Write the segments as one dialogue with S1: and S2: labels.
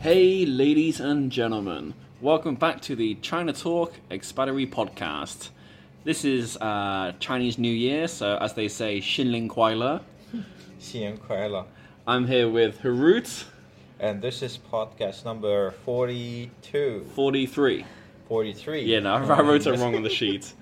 S1: Hey, ladies and gentlemen, welcome back to the China Talk Expiry Podcast. This is uh, Chinese New Year, so as they say, Xinling Kuaila.
S2: 新年快乐.
S1: I'm here with Harut,
S2: And this is podcast number 42,
S1: 43.
S2: 43.
S1: Yeah, no, I wrote it wrong on the sheet.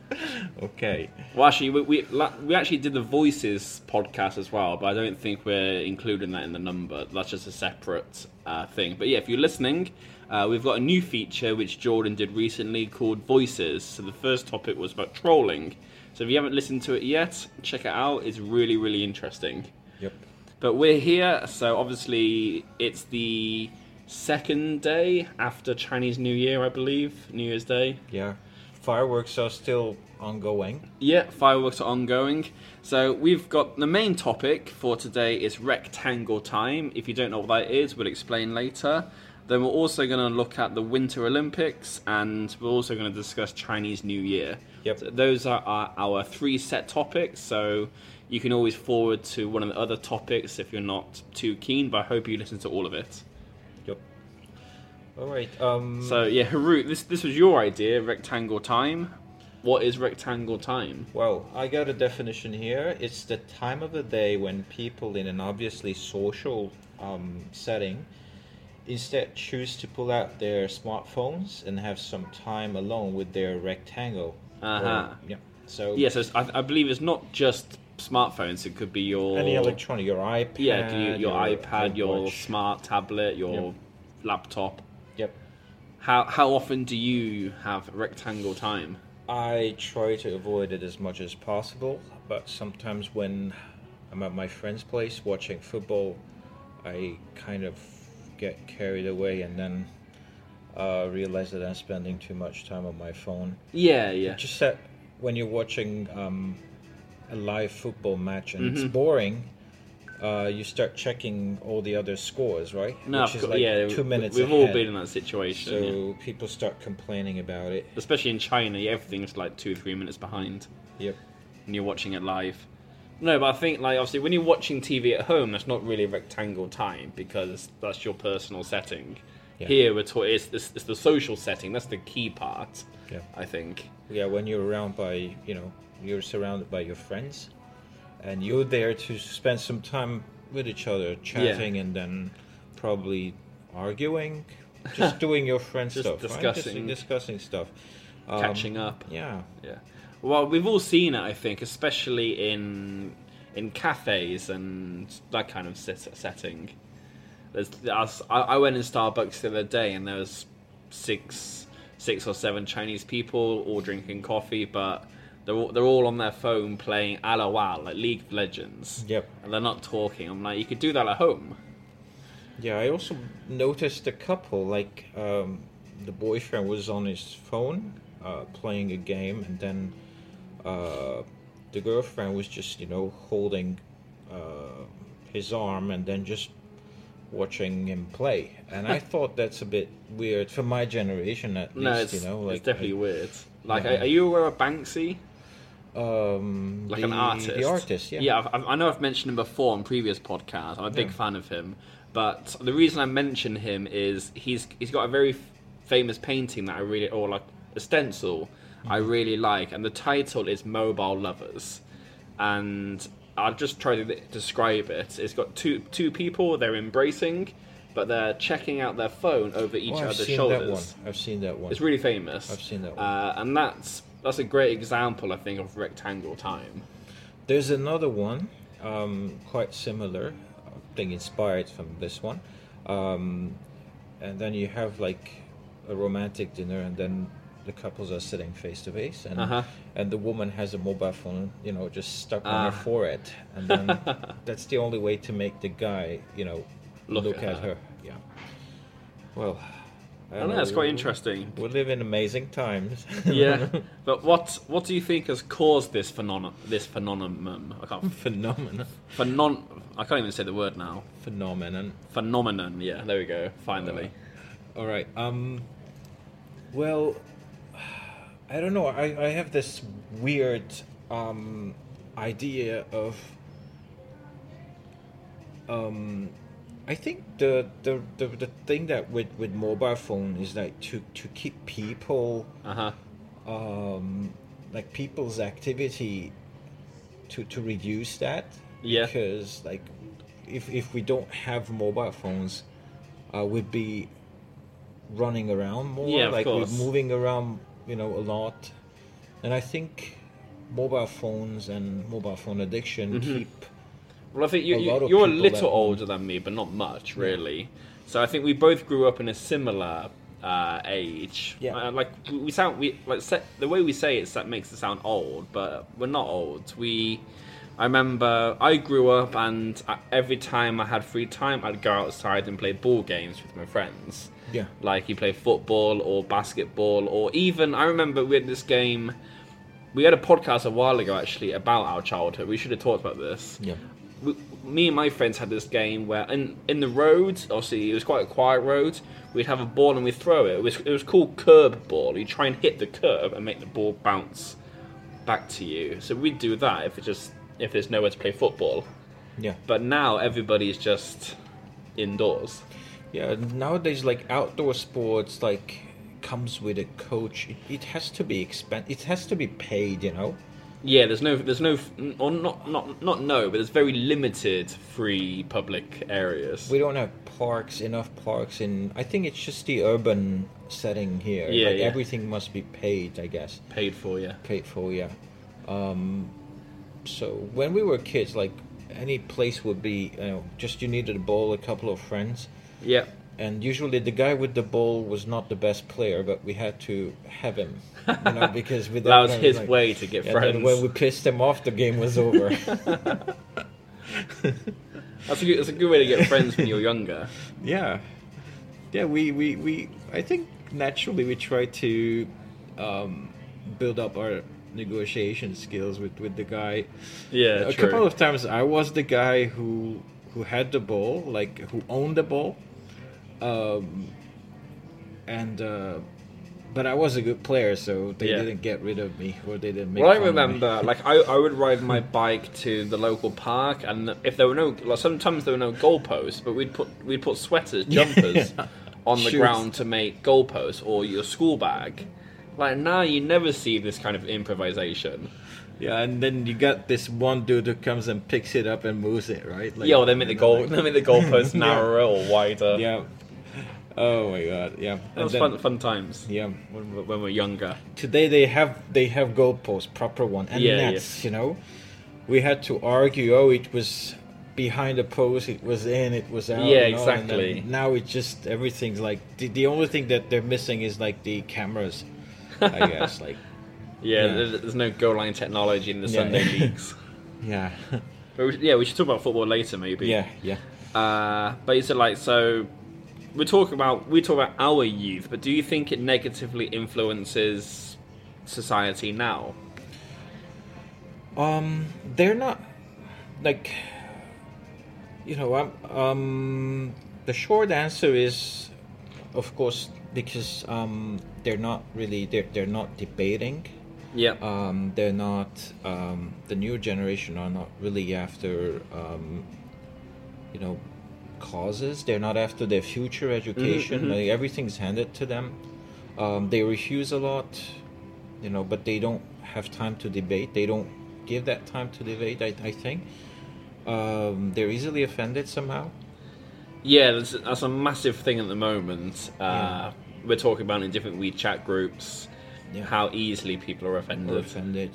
S2: Okay.
S1: Well, actually, we, we, la- we actually did the Voices podcast as well, but I don't think we're including that in the number. That's just a separate uh, thing. But yeah, if you're listening, uh, we've got a new feature which Jordan did recently called Voices. So the first topic was about trolling. So if you haven't listened to it yet, check it out. It's really, really interesting.
S2: Yep.
S1: But we're here, so obviously it's the second day after Chinese New Year, I believe, New Year's Day.
S2: Yeah. Fireworks are still ongoing.
S1: Yeah, fireworks are ongoing. So we've got the main topic for today is rectangle time. If you don't know what that is, we'll explain later. Then we're also going to look at the Winter Olympics, and we're also going to discuss Chinese New Year.
S2: Yep.
S1: So those are our, our three set topics. So you can always forward to one of the other topics if you're not too keen. But I hope you listen to all of it.
S2: Yep. All right. Um,
S1: So yeah, Harut, this this was your idea, rectangle time. What is rectangle time?
S2: well, I got a definition here. It's the time of the day when people in an obviously social um, setting instead choose to pull out their smartphones and have some time alone with their rectangle.
S1: Uh-huh.
S2: Or- Yeah. So
S1: Yes, it's- I, I believe it's not just smartphones. It could be your
S2: any electronic, your iPad,
S1: yeah, it could be your, your iPad,
S2: Apple
S1: your
S2: Watch.
S1: smart tablet, your
S2: Yep.
S1: laptop.
S2: Yep.
S1: How how often do you have rectangle time?
S2: I try to avoid it as much as possible, but sometimes when I'm at my friend's place watching football, I kind of get carried away and then uh, realize that I'm spending too much time on my phone.
S1: Yeah, yeah,
S2: Just that when you're watching um, a live football match and
S1: Mm-hmm.
S2: it's boring. Uh, you start checking all the other scores, right?
S1: no,
S2: Which
S1: of
S2: is
S1: cour-
S2: like
S1: yeah.
S2: two minutes.
S1: We've all
S2: ahead.
S1: been in that situation,
S2: So
S1: yeah.
S2: people start complaining about it.
S1: especially in China. yeah, Everything's like two three minutes behind.
S2: Yep.
S1: and you're watching it live. No, but I think like obviously when you're watching TV at home, that's not really rectangle time because that's your personal setting.
S2: Yeah.
S1: Here we're talking it's, it's, it's the social setting. That's the key part.
S2: Yeah.
S1: I think.
S2: Yeah, when you're around by, you know, you're surrounded by your friends, and you're there to spend some time with each other, chatting, and then probably arguing, just doing your friend
S1: Just
S2: stuff,
S1: discussing.
S2: right? Just discussing stuff. Um,
S1: Catching up.
S2: Yeah.
S1: Yeah. Well, we've all seen it, I think, especially in in cafes and that kind of set- setting. There's, there's- I, I went in Starbucks the other day, and there was six six or seven Chinese people all drinking coffee, but they're all, they're all on their phone playing LOL, like League of Legends.
S2: Yep.
S1: And they're not talking. I'm like, you could do that at home.
S2: Yeah, I also noticed a couple, like um, the boyfriend was on his phone uh, playing a game, and then uh, the girlfriend was just, you know, holding uh, his arm and then just watching him play. And I thought that's a bit weird for my generation, at
S1: No,
S2: least,
S1: it's,
S2: you know. Like,
S1: it's definitely weird. Like,
S2: Yeah.
S1: are, are you aware of Banksy?
S2: um,
S1: like
S2: the,
S1: an artist.
S2: The artist, yeah.
S1: Yeah, I've- I've, I know I've mentioned him before on previous podcasts. I'm a big
S2: Yeah.
S1: fan of him, but the reason I mention him is he's he's got a very f- famous painting that I really or like a stencil I
S2: Mm-hmm.
S1: really like, and the title is Mobile Lovers, and I'll just try to de- describe it. It's got two two people they're embracing, but they're checking out their phone over each
S2: Oh, I've
S1: other's
S2: seen
S1: shoulders.
S2: that one. I've seen that one.
S1: It's really famous.
S2: I've seen that one.
S1: uh, and that's that's a great example, I think, of rectangle time.
S2: There's another one, um, quite similar, I think inspired from this one. Um, and then you have like a romantic dinner, and then the couples are sitting face to face, and
S1: Uh-huh.
S2: and the woman has a mobile phone, you know, just stuck on
S1: Ah.
S2: her forehead, and then that's the only way to make the guy, you know,
S1: Look
S2: look,
S1: at
S2: at,
S1: her.
S2: her. Yeah. Well, I
S1: I
S2: don't
S1: know that's quite
S2: we-
S1: interesting.
S2: We live in amazing times.
S1: Yeah, but what what do you think has caused this phenomenon? This phenomenon, I can't
S2: phenomenon.
S1: phenon. I can't even say the word now.
S2: Phenomenon.
S1: Phenomenon. Yeah, there we go. Finally.
S2: All right. Um. Well, I don't know. I, I have this weird um, idea of um, I think the the, the, the thing that with, with mobile phone is like to, to keep people
S1: Uh huh.
S2: um, like people's activity to to reduce that.
S1: Yeah.
S2: Because like if if we don't have mobile phones, uh, we'd be running around more.
S1: Yeah, of
S2: like
S1: course.
S2: we're moving around, you know, a lot. And I think mobile phones and mobile phone addiction
S1: Mm-hmm.
S2: keep
S1: Well, I think you,
S2: A lot
S1: you,
S2: of
S1: you're a
S2: people
S1: little
S2: that-
S1: older than me, but not much, really. So I think we both grew up in a similar uh, age.
S2: Yeah.
S1: Uh, like we- we sound we like se- the way we say it that makes it sound old, but we're not old. We, I remember I grew up, and I, every time I had free time, I'd go outside and play ball games with my friends.
S2: Yeah.
S1: Like you play football or basketball, or even I remember we had this game. We had a podcast a while ago actually about our childhood. We should have talked about this
S2: Yeah.
S1: we, me and my friends had this game where in in the road, obviously it was quite a quiet road. We'd have a ball and we'd throw it. It was it was called curb ball. You try and hit the curb and make the ball bounce back to you. So we'd do that if it just if there's nowhere to play football.
S2: Yeah.
S1: But now everybody's just indoors.
S2: Yeah, nowadays like outdoor sports like comes with a coach. It, it has to be expen- it has to be paid, you know.
S1: Yeah, there's no there's no or not not not no, but there's very limited free public areas.
S2: We don't have parks, enough parks in I think it's just the urban setting here.
S1: Yeah,
S2: like
S1: yeah.
S2: everything must be paid, I guess.
S1: paid for, yeah.
S2: Paid for, yeah. Um so when we were kids like any place would be, you know, just you needed a ball, a couple of friends.
S1: Yeah.
S2: and usually the guy with the ball was not the best player, but we had to have him, you know, because without
S1: That was
S2: him,
S1: his
S2: like-
S1: way to get
S2: And then
S1: friends.
S2: when we pissed him off, the game was over.
S1: That's a good, that's a good way to get friends when you're younger.
S2: yeah, yeah. We, we we I think naturally we try to um, build up our negotiation skills with with the guy.
S1: Yeah,
S2: a couple of times I was the guy who who had the ball, like who owned the ball, um, and uh, but I was a good player, so they
S1: Yeah.
S2: didn't get rid of me or they didn't make.
S1: well, I
S2: fun of me.
S1: remember, like, I, I would ride my bike to the local park, and if there were no, like, sometimes there were no goalposts, but we'd put we'd put sweaters, jumpers, on the
S2: Shoes.
S1: ground to make goalposts or your school bag. Like now, you never see this kind of improvisation.
S2: Yeah, and then you got this one dude who comes and picks it up and moves it, right? Like,
S1: yeah, well, they make the
S2: and
S1: goal,
S2: then,
S1: they make the goalposts narrower or wider.
S2: like, yeah. Oh my god. Yeah.
S1: that
S2: And
S1: was
S2: then-
S1: fun, fun times
S2: Yeah.
S1: when, we- when we were younger.
S2: today they have they have goalposts, proper one, and
S1: Yeah,
S2: nets. You know, we had to argue. Oh, it was behind the post. It was in. It was out.
S1: Yeah,
S2: you know, and then
S1: exactly.
S2: now it's just everything's like the, the only thing that they're missing is like the cameras. I guess like
S1: Yeah,
S2: Yeah.
S1: There's, there's no goal line technology in the
S2: Yeah.
S1: Sunday leagues.
S2: yeah,
S1: But we, yeah, we should talk about football later, maybe.
S2: yeah, yeah.
S1: Uh, but you said like so. We're talking about we talk about our youth, but do you think it negatively influences society now?
S2: Um, they're not like you know. I'm um. The short answer is, of course, because um, they're not really they're they're not debating.
S1: Yeah,
S2: um, they're not um, the new generation are not really after um, you know causes they're not after their future education Like, everything's handed to them um, they refuse a lot you know but they don't have time to debate they don't give that time to debate i, I think um, they're easily offended somehow
S1: yeah. That's, that's a massive thing at the moment. Uh,
S2: Yeah.
S1: We're talking about in different WeChat groups
S2: Yeah.
S1: how easily people are
S2: or
S1: offended.
S2: offended.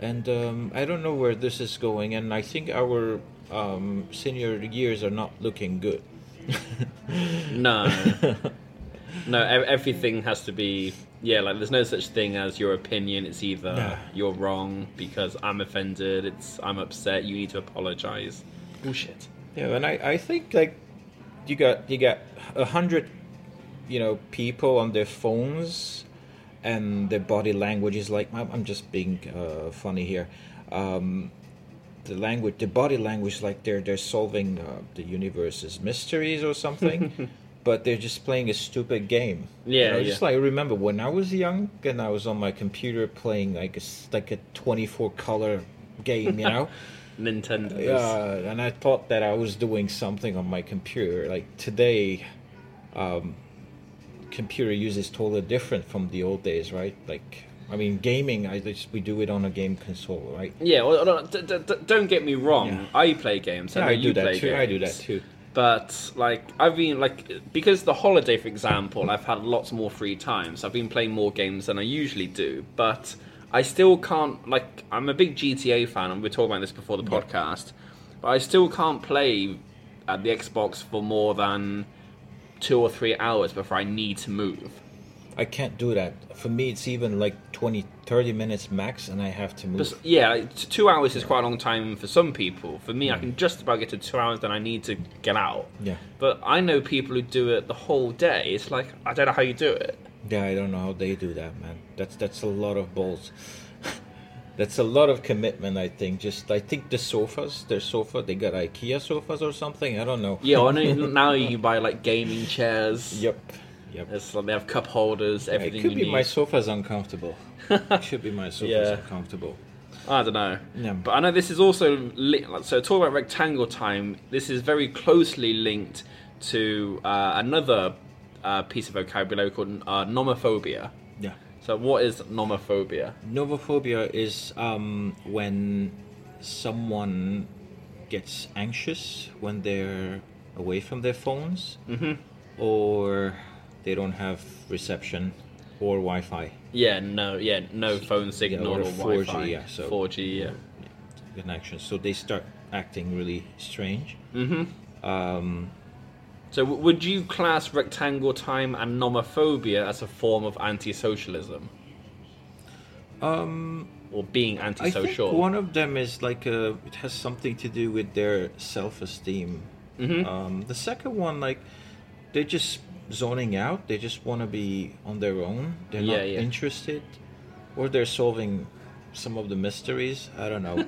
S2: And um, I don't know where this is going, and I think our um, senior years are not looking good.
S1: No, no. ev- Everything has to be yeah. Like there's no such thing as your opinion. It's either
S2: No.
S1: you're wrong because I'm offended. It's I'm upset. You need to apologize. Bullshit.
S2: Yeah, and I, I think like you got you got a hundred, you know, people on their phones, and their body language is like I'm, I'm just being uh, funny here. Um, the language, the body language, like they're they're solving uh, the universe's mysteries or something, but they're just playing a stupid game.
S1: Yeah,
S2: you know, just
S1: yeah.
S2: like remember when I was young and I was on my computer playing like a s- like a twenty four color game, you know.
S1: Nintendo.
S2: Yeah, and I thought that I was doing something on my computer. Like today, um, computer use is totally different from the old days, right? Like, I mean, gaming, I just, we do it on a game console, right?
S1: Yeah, well, no, d- d- d- don't get me wrong.
S2: Yeah.
S1: I play games.
S2: Yeah,
S1: I, know
S2: I do
S1: you
S2: that
S1: play
S2: too.
S1: Games.
S2: I do that too.
S1: But like I've been like because the holiday, for example, I've had lots more free time, so I've been playing more games than I usually do. But I still can't like I'm a big GTA fan, and we are talking about this before the podcast. But I still can't play at the Xbox for more than two or three hours before I need to move.
S2: I can't do that. For me, it's even like 20, 30 minutes max, and I have to move.
S1: Just- yeah, like, t- two hours is quite a long time for some people. For me, I can just about get to two hours, then I need to get out.
S2: Hmm. Yeah.
S1: But I know people who do it the whole day. It's like I don't know how you do it.
S2: Yeah, I don't know how they do that, man. That's that's a lot of balls. that's a lot of commitment, I think. Just I think the sofas, their sofa, they got IKEA sofas or something. I don't know.
S1: Yeah, I know now you can buy like gaming chairs.
S2: Yep. Yep.
S1: It's like they have cup holders,
S2: it
S1: everything
S2: could
S1: you
S2: be
S1: need.
S2: my sofa's uncomfortable. it could be my sofa's
S1: Yeah.
S2: uncomfortable.
S1: I don't know.
S2: Yeah.
S1: But I know this is also li- like, so talk about rectangle time. This is very closely linked to uh, another uh, piece of vocabulary called uh, nomophobia.
S2: Yeah.
S1: So what is nomophobia?
S2: Novophobia is um, when someone gets anxious when they're away from their phones, or they don't have reception or Wi-Fi.
S1: Yeah, no, yeah, no phone signal
S2: or
S1: or,
S2: 4G,
S1: Wi-Fi.
S2: yeah, so-
S1: 4G, yeah.
S2: connection. So they start acting really strange.
S1: So w- would you class rectangle time and nomophobia as a form of anti-socialism? Um, or being
S2: I think
S1: antisocial?
S2: one of them is like a, it has something to do with their self-esteem.
S1: Mm-hmm.
S2: Um, the second one, like they're just zoning out. They just want to be on their own. They're
S1: Yeah,
S2: not
S1: yeah.
S2: interested, or they're solving some of the mysteries. I don't know.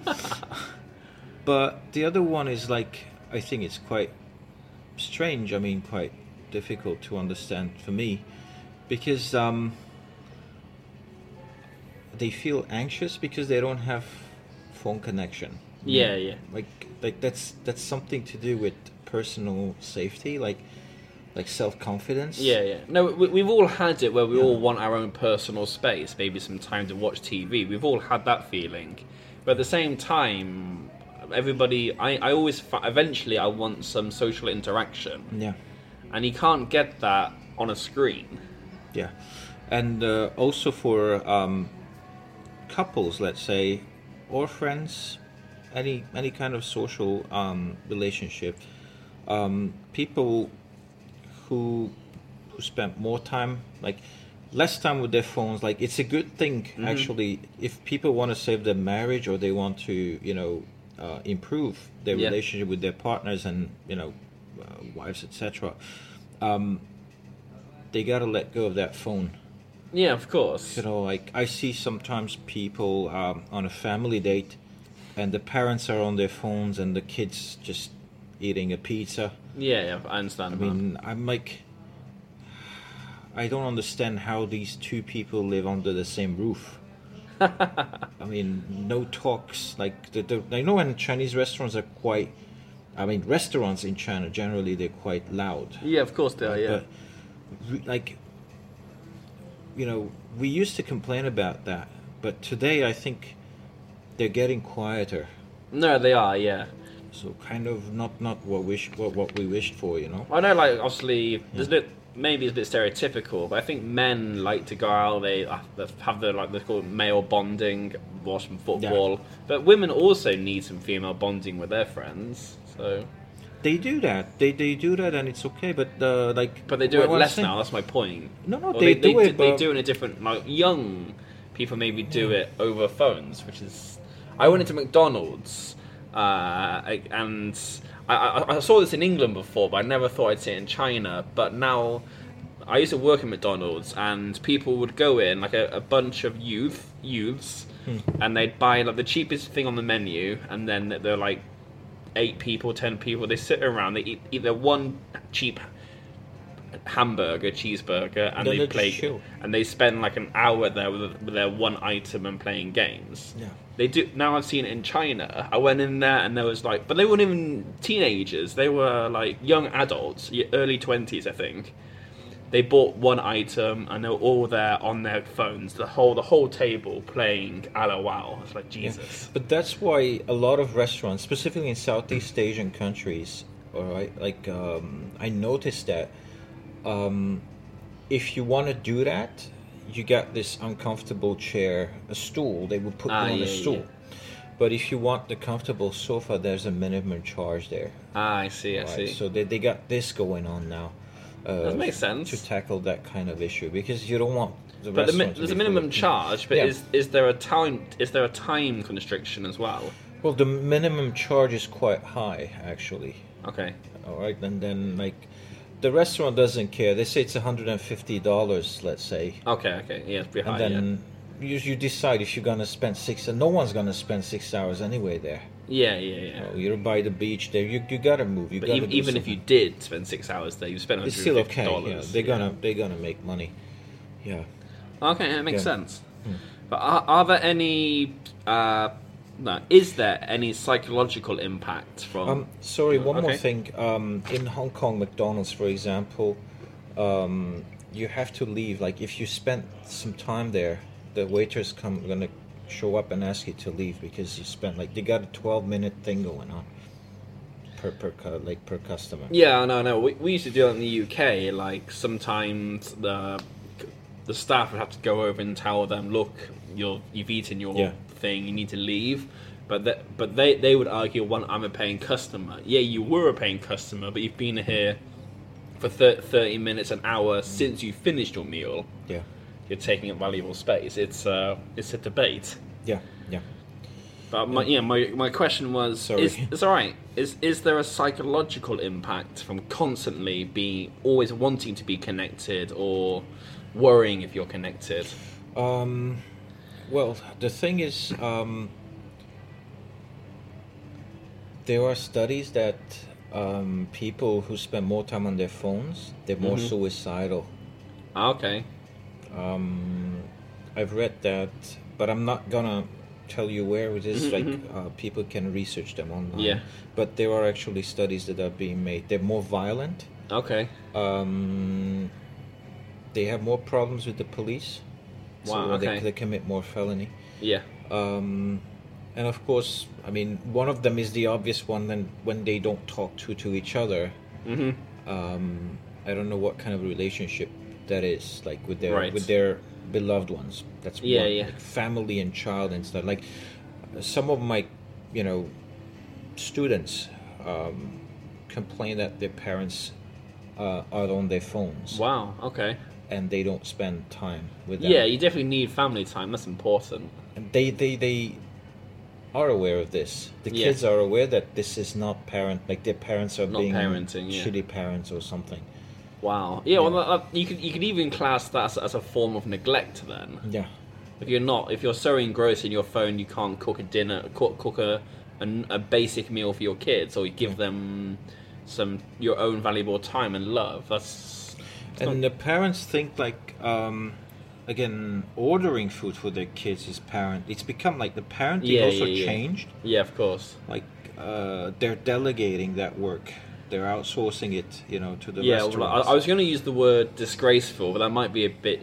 S2: but the other one is like I think it's quite strange. I mean, quite difficult to understand for me because um, they feel anxious because they don't have phone connection.
S1: Yeah, yeah.
S2: Like, like that's that's something to do with personal safety, like, like self confidence.
S1: Yeah, yeah. No, we, we've all had it where we all want our own personal space, maybe some time to watch TV. We've all had that feeling. But at the same time, everybody, I, I always, fi- eventually, I want some social interaction.
S2: yeah,
S1: And you can't get that on a screen.
S2: yeah. And uh, also for um, couples, let's say, or friends, any any kind of social um, relationship, um, people who who spend more time like less time with their phones like it's a good thing actually if people want to save their marriage or they want to you know uh, improve their
S1: Yeah.
S2: relationship with their partners and you know uh, wives etc um, they got to let go of that phone
S1: Yeah, of course.
S2: you know like i see sometimes people um, on a family date and the parents are on their phones and the kids just eating a pizza
S1: Yeah, yeah, I understand.
S2: I mean, I'm like, I don't understand how these two people live under the same roof. I mean, no talks. Like, the, the, I know in Chinese restaurants are quite. I mean, restaurants in China generally they're quite loud.
S1: yeah, of course they are. Yeah,
S2: But re- like, you know, we used to complain about that, but today I think they're getting quieter.
S1: no, they are. Yeah,
S2: So kind of not not what wish what what we wished for, you know.
S1: I know. Like obviously, there's a bit maybe it's a bit stereotypical, but I think men like to go out. They uh, they have the like they call it male bonding, watch some football. But women also need some female bonding with their friends. So,
S2: They do that. They they do that, and it's okay. But uh, like,
S1: but they do
S2: what-
S1: it
S2: what I'm
S1: less
S2: saying-
S1: now. That's my point.
S2: No, no,
S1: Or
S2: they do it,
S1: They
S2: but-
S1: do it in a different. Like young people maybe do it over phones, which is. I went into McDonald's, uh, I- and I, I, I saw this in England before, but I never thought I'd see it in China. But now, I used to work at McDonald's, and people would go in like a, a bunch of youth youths,
S2: Hmm.
S1: and they'd buy like the cheapest thing on the menu, and then they're like eight people, ten people. They sit around, they eat, eat their one cheap hamburger, cheeseburger, and
S2: Then
S1: they
S2: they just
S1: play.
S2: chill.
S1: And they spend like an hour there with, with their one item and playing games.
S2: Yeah.
S1: They do now. I've seen it in China. I went in there and there was like, but they weren't even teenagers. They were like young adults, y- early twenties, I think. They bought one item and they were all there on their phones. The whole the whole table playing Alawal. It's like Jesus.
S2: But that's why a lot of restaurants, specifically in Southeast Asian countries, all right, like um, I noticed that um, if you want to do that, you get this uncomfortable chair, a stool. They will put
S1: Ah,
S2: you on
S1: yeah,
S2: a
S1: yeah.
S2: stool. But if you want the comfortable sofa, there's a minimum charge there.
S1: Ah, I see. I
S2: Right,
S1: see.
S2: So they, they got this going on now. Uh,
S1: That makes sense.
S2: To tackle that kind of issue because you don't want the
S1: But the, mi-
S2: restaurant to
S1: there's
S2: be
S1: a minimum
S2: full of-
S1: charge, but
S2: Yeah.
S1: is is there a time is there a time constriction as well?
S2: Well, the minimum charge is quite high, actually.
S1: Okay.
S2: All right, and then like the restaurant doesn't care. They say it's one hundred and fifty dollars, let's say,
S1: Okay, okay. Yeah, it's pretty
S2: and
S1: high.
S2: then you you decide if you're gonna spend six. And no one's gonna spend six hours anyway there.
S1: yeah. yeah, yeah, yeah.
S2: Oh, you're by the beach there. You you gotta move. You
S1: But
S2: gotta
S1: even,
S2: do
S1: even if
S2: something.
S1: you did spend six hours there, you spent
S2: it's
S1: $150.
S2: still okay. Yeah, they're
S1: yeah.
S2: gonna they're gonna make money. Yeah.
S1: Okay, that makes
S2: Yeah. Hmm.
S1: sense. But are, are there any? Uh, no, is there any psychological impact from?
S2: Um, sorry, one more
S1: Okay.
S2: thing. Um, in Hong Kong, McDonald's, for example, um, you have to leave. Like, if you spent some time there, the waiters come gonna show up and ask you to leave because you spent like they got a twelve minute thing going on per per cu- like per customer.
S1: yeah, no, no. We, we used to do that in the UK. Like sometimes the the staff would have to go over and tell them, "Look, you're you've eaten your
S2: Yeah.
S1: thing. You need to leave." But that, but they they would argue, "One, I'm a paying customer. Yeah, you were a paying customer, but you've been here." For thir- 30 minutes, an hour since you finished your meal,
S2: Yeah,
S1: you're taking up valuable space. It's uh, it's a debate.
S2: yeah, yeah.
S1: But my, yeah, my, my question was:
S2: Sorry.
S1: Is, it's all right. Is is there a psychological impact from constantly being always wanting to be connected or worrying if you're connected?
S2: Um, well, the thing is, um, there are studies that um, people who spend more time on their phones, they're more suicidal.
S1: Ah, okay.
S2: Um, I've read that, but I'm not gonna tell you where it is. Like uh, people can research them online.
S1: Mm-hmm, Yeah.
S2: But there are actually studies that are being made. They're more violent.
S1: Okay.
S2: Um, they have more problems with the police.
S1: Wow,
S2: they-
S1: okay.
S2: they commit more felony.
S1: Yeah.
S2: Um, and of course, I mean, one of them is the obvious one. Then when they don't talk to to each other,
S1: Mhm.
S2: um, I don't know what kind of relationship that is, like with their
S1: Right.
S2: with their beloved ones. That's
S1: Yeah,
S2: one,
S1: yeah.
S2: like family and child and stuff. Like some of my, you know, students um, complain that their parents uh, are on their phones
S1: Wow. Okay.
S2: and they don't spend time with them.
S1: Yeah, you definitely need family time. That's important.
S2: And they they they are aware of this. The
S1: Yeah.
S2: kids are aware that this is not parent like their parents are
S1: Not
S2: being
S1: parenting, yeah.
S2: shitty parents or something.
S1: Wow. Yeah. Well, that, that- you could you could even class that as, as a form of neglect then.
S2: Yeah.
S1: If you're not, if you're so engrossed in your phone, you can't cook a dinner, cook, cook a, a a basic meal for your kids, or you give them some your own valuable time and love. That's
S2: And the parents think like um again ordering food for their kids is parent it's become like the parenting
S1: Yeah,
S2: also
S1: yeah, yeah.
S2: changed.
S1: yeah, of course.
S2: Like uh they're delegating that work. They're outsourcing it, you know, to the
S1: Yeah, well, I,
S2: restaurants.
S1: I was going to use the word disgraceful, but that might be a bit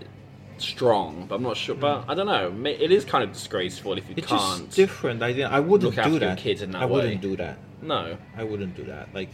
S1: strong. But I'm not sure. But I don't know. ma- It is kind of disgraceful if you
S2: Mm. it's
S1: can't.
S2: just different. I didn't, I wouldn't
S1: look after
S2: do
S1: your
S2: that.
S1: kids in that
S2: I
S1: way.
S2: wouldn't do that.
S1: no.
S2: I wouldn't do that. Like,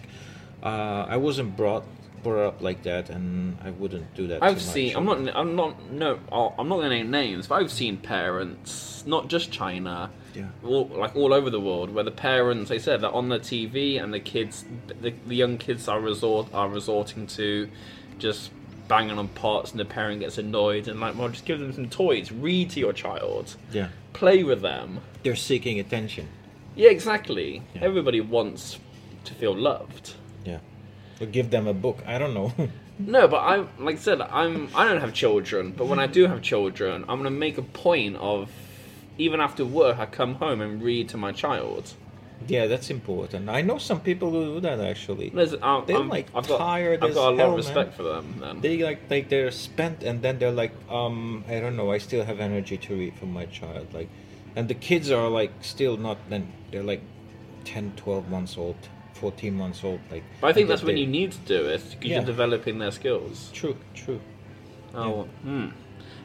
S2: uh, I wasn't brought brought up like that, and I wouldn't do that.
S1: I've
S2: to my
S1: seen. I'm
S2: children.
S1: not. I'm not. No. I'll- I'm not going to name names, but I've seen parents, not just China,
S2: Yeah.
S1: all, like all over the world, where the parents, they said, they're on the TV, and the kids, the, the young kids are resort are resorting to just banging on pots, and the parent gets annoyed, and like, well, just give them some toys. Read to your child.
S2: Yeah,
S1: Play with them.
S2: they're seeking attention.
S1: Yeah, exactly.
S2: Yeah.
S1: Everybody wants to feel loved.
S2: Yeah, or give them a book. I don't know.
S1: No, but I like I said, I'm I don't have children, but when I do have children, I'm gonna make a point of even after work I come home and read to my child.
S2: yeah, that's important. I know some people who do that actually.
S1: There's, i
S2: They're,
S1: I'm-
S2: like,
S1: I've got,
S2: tired
S1: I've
S2: as
S1: got a lot
S2: hell,
S1: of
S2: man.
S1: respect for them. Then
S2: They like like they're spent, and then they're like, um, I don't know. I still have energy to read for my child. Like, and the kids are like still not then they're like 10 12 months old 14 months old like
S1: But I think
S2: they-
S1: that's when
S2: they-
S1: you need to do it because
S2: Yeah.
S1: you're developing their skills.
S2: true true
S1: Oh, hmm.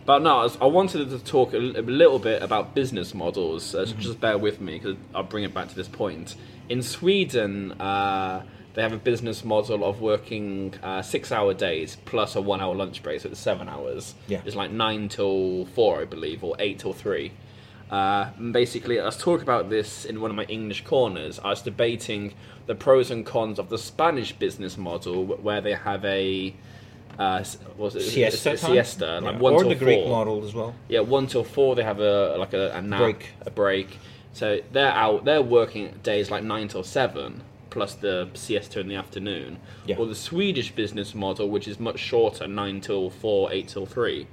S1: But no, I was- I wanted to talk a l- a little bit about business models. Uh, so Just bear with me because I'll bring it back to this point. In Sweden, uh, they have a business model of working uh, six-hour days plus a one-hour lunch break, so it's seven hours.
S2: Yeah.
S1: it's like nine till four, I believe, or eight till three. Uh, and basically, I was talking about this in one of my English corners. I was debating the pros and cons of the Spanish business model, wh- where they have a uh, s- what was it
S2: siesta time?
S1: siesta, like
S2: Yeah.
S1: one
S2: or
S1: till
S2: the greek
S1: four.
S2: model as well
S1: Yeah, one till four. They have a like a, a nap,
S2: Break.
S1: a break. So they're out. They're working days like nine till seven, plus the siesta in the afternoon.
S2: Yeah.
S1: Or the Swedish business model, which is much shorter, nine till four, eight till three.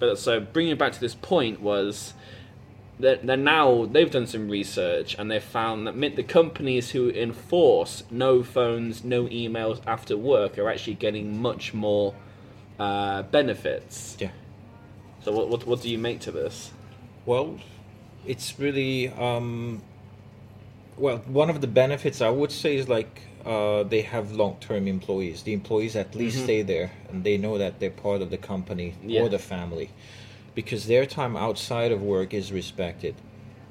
S1: But so bringing it back to this point was that they're now they've done some research and they've found that mi- the companies who enforce no phones, no emails after work are actually getting much more uh, benefits.
S2: yeah
S1: So what, what what do you make to this?
S2: Well, it's really um, well. One of the benefits I would say is like uh, they have long-term employees. The employees at least stay there, and they know that they're part of the company
S1: Mm-hmm. Yeah.
S2: or the family, because their time outside of work is respected.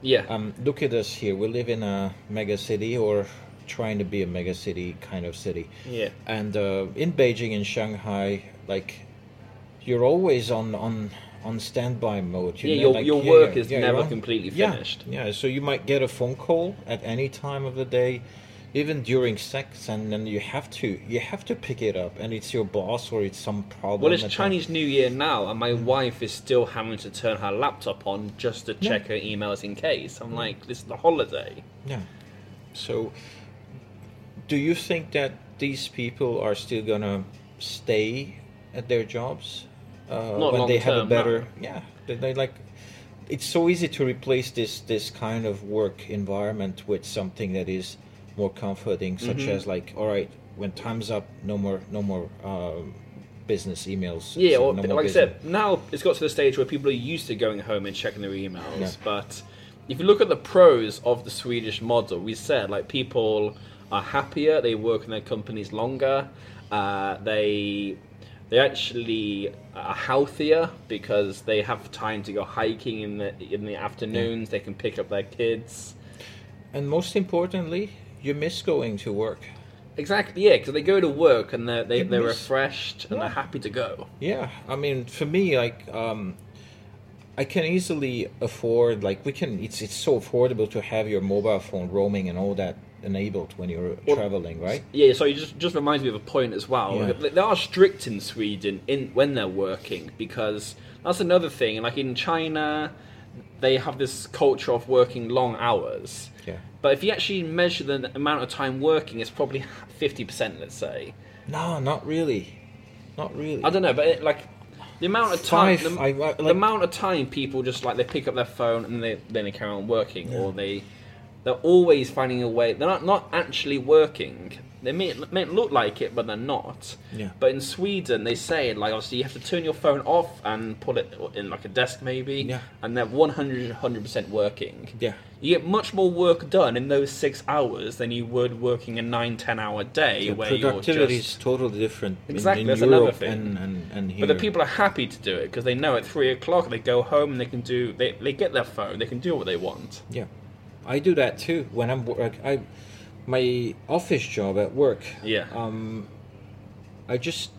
S1: Yeah,
S2: Um, look at us here. We live in a mega city, or trying to be a mega city kind of city.
S1: yeah,
S2: And uh, in Beijing and Shanghai, like you're always on on on standby mode. You
S1: Yeah,
S2: know,
S1: your-
S2: like,
S1: your work is
S2: you're
S1: never
S2: on-
S1: completely
S2: yeah,
S1: finished.
S2: Yeah, so you might get a phone call at any time of the day, even during sex, and then you have to you have to pick it up, and it's your boss or it's some problem.
S1: Well, it's
S2: at the-
S1: Chinese New Year now, and my wife is still having to turn her laptop on just to check her emails in case. I'm like, this is the holiday.
S2: Yeah. So, do you think that these people are still gonna stay at their jobs uh,
S1: Not
S2: when they have a
S1: long-term, no.
S2: better? Yeah, they, they like. It's so easy to replace this this kind of work environment with something that is more comforting, such
S1: Mm-hmm.
S2: as like, all right, when time's up, no more, no more um, business emails.
S1: Yeah,
S2: so
S1: or,
S2: no more
S1: like I
S2: business-
S1: said, now it's got to the stage where people are used to going home and checking their emails.
S2: Yeah.
S1: But if you look at the pros of the Swedish model, we said like people are happier, they work in their companies longer, uh, they they actually are healthier because they have time to go hiking in the in the afternoons. They can pick up their kids.
S2: and most importantly, you miss going to work.
S1: Exactly, yeah, because they go to work and they're, they,
S2: You
S1: they're
S2: miss-
S1: refreshed and they're
S2: Yeah.
S1: happy to go.
S2: Yeah, I mean, for me, like, um, I can easily afford, like, we can. It's it's so affordable to have your mobile phone roaming and all that enabled when you're
S1: Well,
S2: traveling, right?
S1: Yeah, so it just just reminds me of a point as well.
S2: Yeah.
S1: They they are strict in Sweden in when they're working because that's another thing. Like in China, they have this culture of working long hours.
S2: Yeah.
S1: But if you actually measure the amount of time working, it's probably fifty percent. Let's say
S2: No, not really, not really.
S1: I don't know, but it, like the amount of time,
S2: Five,
S1: the,
S2: I- I- like-
S1: the amount of time people just like they pick up their phone and they then they carry on working, or they they're always finding a way. They're not not actually working. They may, may look like it, but they're not.
S2: Yeah.
S1: But in Sweden, they say like obviously you have to turn your phone off and put it in like a desk maybe,
S2: Yeah.
S1: and they're 100 percent working.
S2: Yeah.
S1: You get much more work done in those six hours than you would working a nine ten hour day
S2: The
S1: where
S2: productivity
S1: you're just
S2: is totally different in-
S1: Exactly,
S2: in,
S1: that's another
S2: Europe
S1: thing.
S2: and and and here.
S1: but the people are happy to do it because they know at three o'clock they go home and they can do they, they get their phone they can do what they want.
S2: Yeah, I do that too when I'm work. I my office job at work.
S1: Yeah.
S2: Um, I just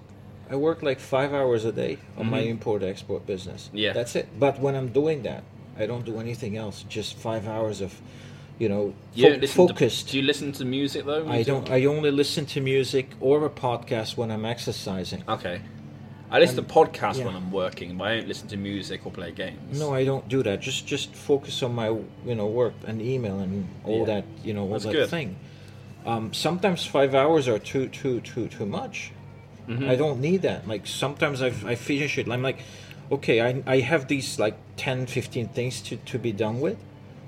S2: I work like five hours a day on my import export business.
S1: Mm-hmm. Yeah.
S2: that's it. But when I'm doing that, I don't do anything else. Just five hours of, you know,
S1: You
S2: fo-
S1: don't listen to-
S2: focused.
S1: do you listen to music though?
S2: I don't. I only listen to music or a podcast when I'm exercising.
S1: Okay. I listen to podcasts
S2: Um, yeah.
S1: when I'm working, but I don't listen to music or play games.
S2: No, I don't do that. Just just focus on my you know work and email and all
S1: Yeah.
S2: that you know all
S1: That's
S2: that
S1: good.
S2: thing. Um, sometimes five hours are too too too too much.
S1: Mm-hmm.
S2: I don't need that. Like sometimes I I finish it. I'm like, okay, I I have these like 10, 15 things to to be done with,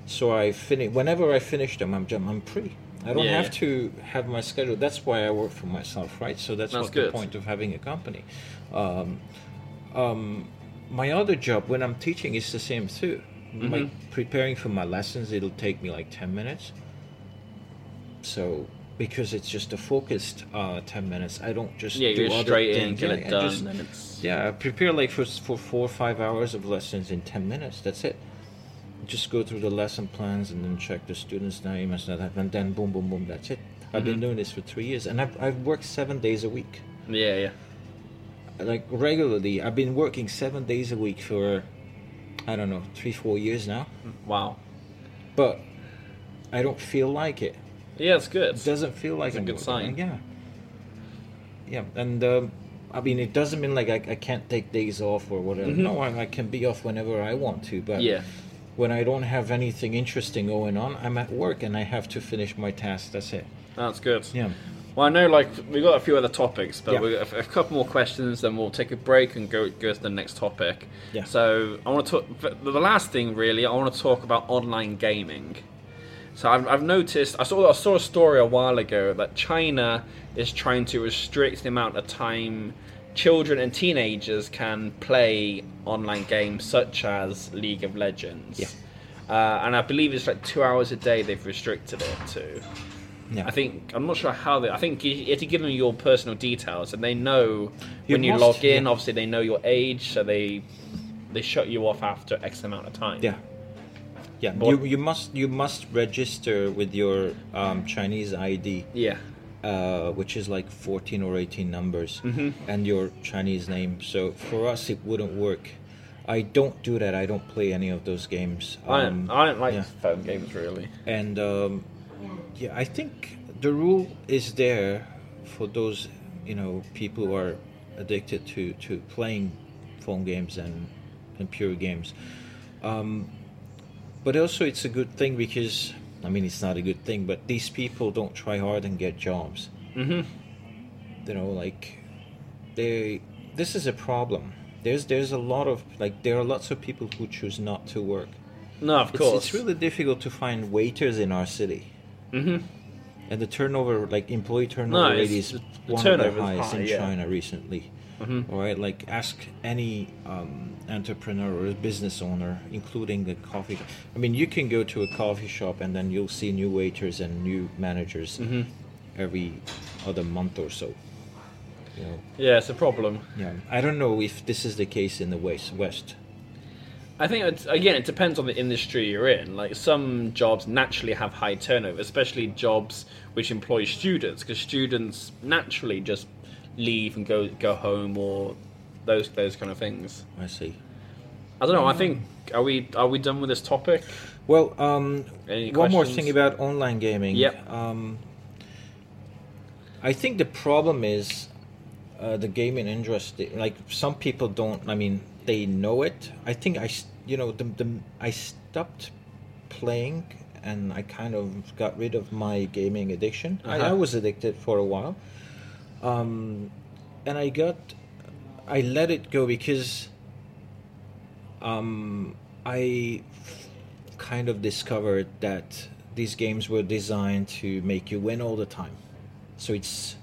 S2: so I finish whenever I finish them. I'm jum- I'm free. I don't
S1: Yeah,
S2: have
S1: yeah.
S2: to have my schedule. That's why I work for myself, right? So that's,
S1: That's
S2: what the
S1: good.
S2: point of having a company. Um, um, my other job when I'm teaching is the same too.
S1: Mm-hmm.
S2: like preparing for my lessons, it'll take me like ten minutes. So because it's just a focused uh, ten minutes, I don't just
S1: Yeah,
S2: do
S1: you're
S2: other
S1: straight in,
S2: things.
S1: get
S2: Yeah,
S1: it
S2: I
S1: done,
S2: just-
S1: and it's
S2: yeah, I prepare like for for four or five hours of lessons in ten minutes. That's it. Just go through the lesson plans and then check the students' name and stuff, and then boom, boom, boom. That's it. I've been doing this for three years, and I've I've worked seven days a week,
S1: yeah, yeah.
S2: like regularly. I've been working seven days a week for, I don't know, three four years now.
S1: Wow.
S2: But I don't feel like it.
S1: Yeah, it's good.
S2: It doesn't feel like
S1: a
S2: I'm
S1: good
S2: working.
S1: sign.
S2: Yeah. Yeah, and um, I mean, it doesn't mean like I, I can't take days off or whatever. No, I, I can be off whenever I want to. But
S1: Mm-hmm. Yeah.
S2: when I don't have anything interesting going on, I'm at work and I have to finish my task. That's it.
S1: That's good.
S2: Yeah.
S1: Well, I know, like, we've got a few other topics, but
S2: Yeah.
S1: we've got a, a couple more questions, then we'll take a break and go, go to the next topic.
S2: Yeah.
S1: So, I want to talk, the the last thing really, I want to talk about online gaming. So, I've, I've noticed, I saw, I saw a story a while ago that China is trying to restrict the amount of time children and teenagers can play online games such as League of Legends.
S2: Yeah.
S1: Uh, and I believe it's like two hours a day they've restricted it to.
S2: Yeah.
S1: I think I'm not sure how they. I think you you have to give them your personal details, and they know
S2: You
S1: when you
S2: must,
S1: log in.
S2: yeah.
S1: Obviously, they know your age, so they they shut you off after X amount of time.
S2: Yeah. Yeah.
S1: But-
S2: you you must you must register with your um, Chinese ID,
S1: yeah,
S2: uh, which is like 14 or 18 numbers,
S1: Mm-hmm.
S2: and your Chinese name. So for us, it wouldn't work. I don't do that. I don't play any of those games.
S1: I don't, I don't like
S2: Um, yeah.
S1: phone games really.
S2: and um, yeah, I think the rule is there for those you know people who are addicted to to playing phone games and computer games. Um, but also, it's a good thing because I mean, it's not a good thing, but these people don't try hard and get jobs. Mm-hmm. You know, like they. This is a problem. There's there's a lot of like there are lots of people who choose not to work.
S1: No, of
S2: It's-
S1: course.
S2: It's, really difficult to find waiters in our city. Mm-hmm. And the turnover, like employee turnover
S1: No,
S2: rate,
S1: it's-
S2: is
S1: the
S2: one of
S1: turnover's
S2: the highest
S1: high,
S2: in
S1: yeah. Mm-hmm.
S2: China recently. All right, like ask any um, entrepreneur or business owner, including the coffee. I mean, you can go to a coffee shop and then you'll see new waiters and new managers
S1: Mm-hmm.
S2: every other month or so. You know,
S1: yeah, it's a problem.
S2: yeah, I don't know if this is the case in the West. West.
S1: I think it's, again, it depends on the industry you're in. Like some jobs naturally have high turnover, especially jobs which employ students, because students naturally just leave and go go home or those those kind of things.
S2: I see.
S1: I don't know.
S2: Mm.
S1: I think are we are we done with this topic?
S2: Well, um,
S1: Any
S2: one more
S1: questions?
S2: thing about online gaming.
S1: Yep.
S2: Um, I think the problem is uh, the gaming industry. Like some people don't. I mean, they know it. I think I, s- you know, the, the I stopped playing and I kind of got rid of my gaming addiction. I, I
S1: Uh-huh.
S2: was addicted for a while, um, and I got, I let it go because um, I kind of discovered that these games were designed to make you win all the time. So it's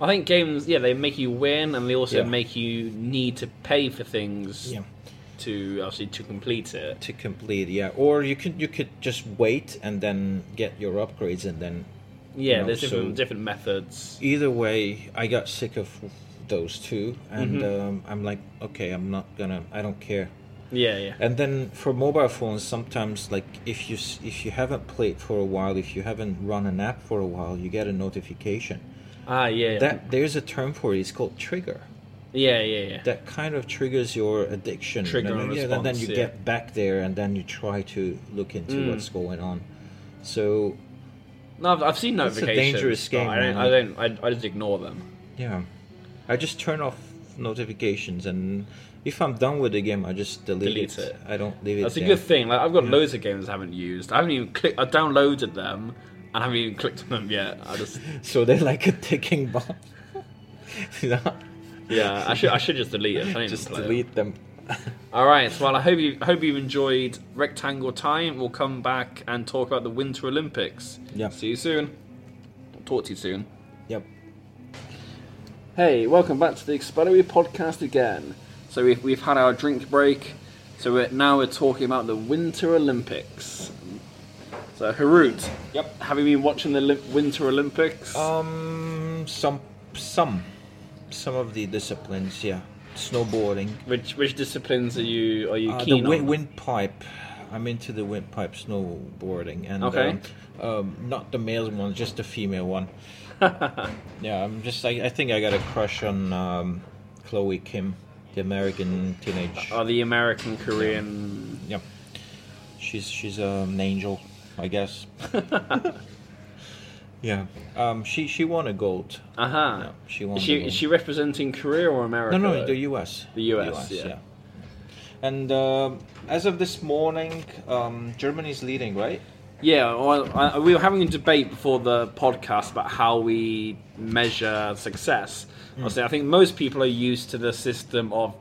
S1: I think games, yeah, they make you win, and they also
S2: Yeah.
S1: make you need to pay for things
S2: yeah,
S1: to actually to complete it.
S2: to complete, yeah. Or you could you could just wait and then get your upgrades and then
S1: Yeah,
S2: know,
S1: there's different
S2: so-
S1: different methods.
S2: either way I got sick of those two and um, I'm like okay I'm not gonna I don't care
S1: Yeah, yeah,
S2: And then for mobile phones, sometimes like if you s- if you haven't played for a while, if you haven't run an app for a while, you get a notification.
S1: ah, yeah,
S2: That there's a term for it. It's called trigger.
S1: yeah, yeah, yeah.
S2: That kind of triggers your addiction.
S1: Trigger
S2: and, then-
S1: and
S2: yeah, and then
S1: response,
S2: you
S1: yeah. Mm.
S2: get back there, and then you try to look into what's going on. So
S1: No, I've, I've seen
S2: That's a
S1: notifications.
S2: dangerous
S1: but
S2: game,
S1: I don't,
S2: man.
S1: I don't, I, I just ignore them.
S2: yeah, I just turn off notifications, and if I'm done with the game, I just delete,
S1: Delete it.
S2: I don't leave it.
S1: That's a
S2: there.
S1: good thing. Like I've got loads of games I haven't used. I haven't even clicked. I downloaded them and I haven't even clicked on them yet. I just,
S2: So they're like a ticking bomb. you know?
S1: yeah, I should, I should just delete it. I don't even
S2: just
S1: play it.
S2: delete them.
S1: All right. Well, I hope you hope you enjoyed Rectangle Time. We'll come back and talk about the Winter Olympics.
S2: Yeah.
S1: See you soon. Talk to you soon.
S2: Yep.
S1: Hey, welcome back to the Expellery podcast again. So we've, we've had our drink break. So we're, now we're talking about the Winter Olympics. So Harut,
S2: Yep.
S1: have you been watching the Olymp- Winter Olympics?
S2: Um, some, some, some of the disciplines. Yeah, snowboarding.
S1: which which disciplines are you are you
S2: Uh,
S1: keen
S2: the wi-
S1: on?
S2: windpipe. I'm into the windpipe snowboarding and
S1: Okay.
S2: um, um, not the male one, just the female one. yeah, I'm just. I, I think I got a crush on um, Chloe Kim, the American teenage.
S1: Are the American Korean?
S2: yeah, she's she's um, an angel, I guess. yeah, um, she she won a gold.
S1: Uh huh.
S2: Yeah, she won.
S1: Is
S2: the
S1: she
S2: gold.
S1: is she representing Korea or America?
S2: No, no,
S1: though?
S2: the U.S.
S1: The US, yeah.
S2: And um as of this morning, um, Germany's leading, right?
S1: Yeah, well, I, we were having a debate before the podcast about how we measure success. Obviously, I think most people are used to the system of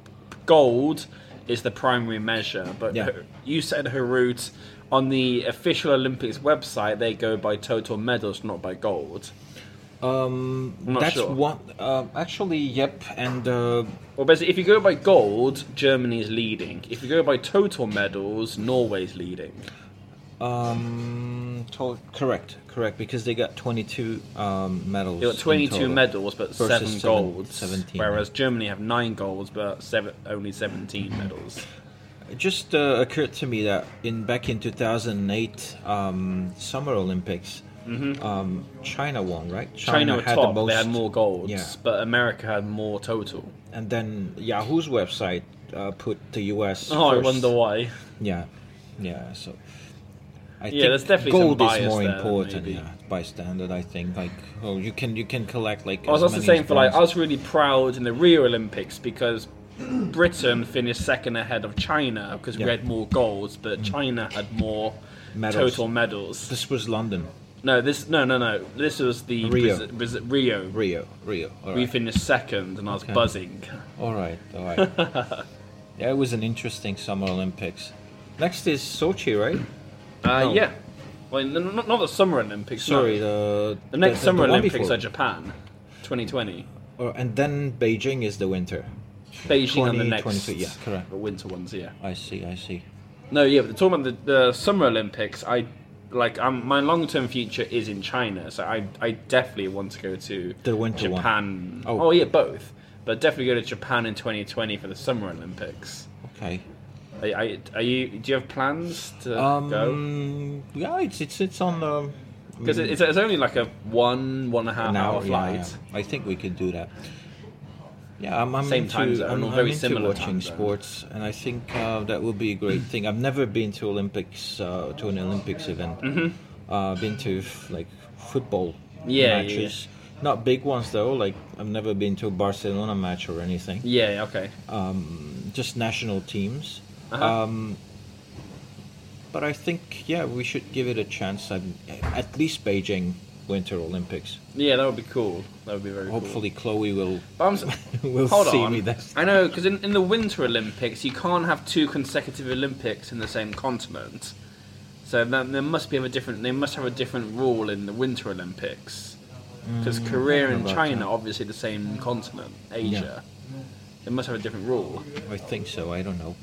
S1: gold is the primary measure, but
S2: Yeah.
S1: Har- you said Harut on the official Olympics website they go by total medals, not by gold.
S2: Um,
S1: I'm not
S2: that's
S1: sure.
S2: one. um actually, yep. And uh,
S1: Well, basically, if you go by gold, Germany is leading. If you go by total medals, Norway's leading.
S2: um, to- correct, correct, because they got 22 um, medals.
S1: They got
S2: in
S1: 22
S2: total.
S1: medals, but
S2: Versus
S1: seven
S2: seven-
S1: golds.
S2: 17,
S1: whereas Germany have nine golds, but seven, only 17
S2: Hmm.
S1: medals.
S2: It just uh, occurred to me that in back in 2008 um, Summer Olympics, um, China won, right?
S1: Mm-hmm. China, were top; they had more golds,
S2: yeah.
S1: but America had more total.
S2: And then Yahoo's website uh, put the U.S.
S1: Oh, I
S2: first.
S1: wonder why.
S2: Yeah, yeah. So, I
S1: Yeah, there's definitely some
S2: gold
S1: bias
S2: is more
S1: there,
S2: important.
S1: maybe.
S2: Yeah, by standard, I think. Like, oh, you can you can collect like.
S1: I was
S2: as
S1: also
S2: many
S1: saying for like I
S2: bronze-
S1: was really proud in the Rio Olympics because Britain finished second ahead of China because we
S2: Yeah. Hmm.
S1: had more golds, but China had more
S2: Medals.
S1: total medals.
S2: This was London,
S1: No, this no no no. This was the
S2: Rio.
S1: Braz- Braz- Rio.
S2: Rio, Rio. All
S1: We
S2: right,
S1: finished second, and I was
S2: Okay.
S1: buzzing.
S2: all right, all right. yeah, it was an interesting Summer Olympics. Next is Sochi, right?
S1: Uh,
S2: Oh.
S1: Yeah. Well, n- n- not the Summer Olympics. no.
S2: Sorry, the
S1: The next Summer
S2: one
S1: Olympics
S2: before.
S1: are Japan, 2020.
S2: Or- and then Beijing is the winter.
S1: Beijing and the
S2: 20,
S1: next
S2: 22, yeah, correct.
S1: the winter ones, yeah.
S2: I see, I see.
S1: No, yeah, but talking about the, the Summer Olympics, I like um, my long term future is in China, so I I definitely want to go to
S2: The winter one.
S1: Japan.
S2: Oh.
S1: oh yeah, both. But definitely go to Japan in 2020 for the Summer Olympics.
S2: Okay.
S1: Are, are, are you? Do you have plans to go?
S2: Um, yeah, it's it's it's on the
S1: Because it, it's, it's only like a one one and a half
S2: now.
S1: hour
S2: yeah,
S1: flight.
S2: yeah. I think we could do that. Yeah, I'm, I'm
S1: Same
S2: into,
S1: time zone,
S2: I'm,
S1: or
S2: I'm
S1: very
S2: into
S1: similar time
S2: watching
S1: zone.
S2: sports, and I think uh, that would be a great thing. I've never been to Olympics uh, to an Olympics event. Uh, I've been to like football
S1: Mm-hmm. Yeah, yeah,
S2: matches, not big ones though. Like I've never been to a Barcelona match or anything. Um,
S1: Yeah. yeah, Okay.
S2: just national teams.
S1: Uh-huh.
S2: Um, but I think yeah, we should give it a chance. i at least Beijing Winter Olympics.
S1: yeah, that would be cool. That would be very cool.
S2: Hopefully, Chloe will
S1: But I'm s-
S2: will
S1: Hold
S2: see
S1: on.
S2: me there.
S1: I know, because in, in the Winter Olympics, you can't have two consecutive Olympics in the same continent. So that, there must be a different. They must have a different rule in the Winter Olympics, because Korea
S2: know
S1: and
S2: about
S1: China
S2: Mm, that.
S1: obviously the same continent, Asia. They must have a different rule.
S2: I think so. I don't know.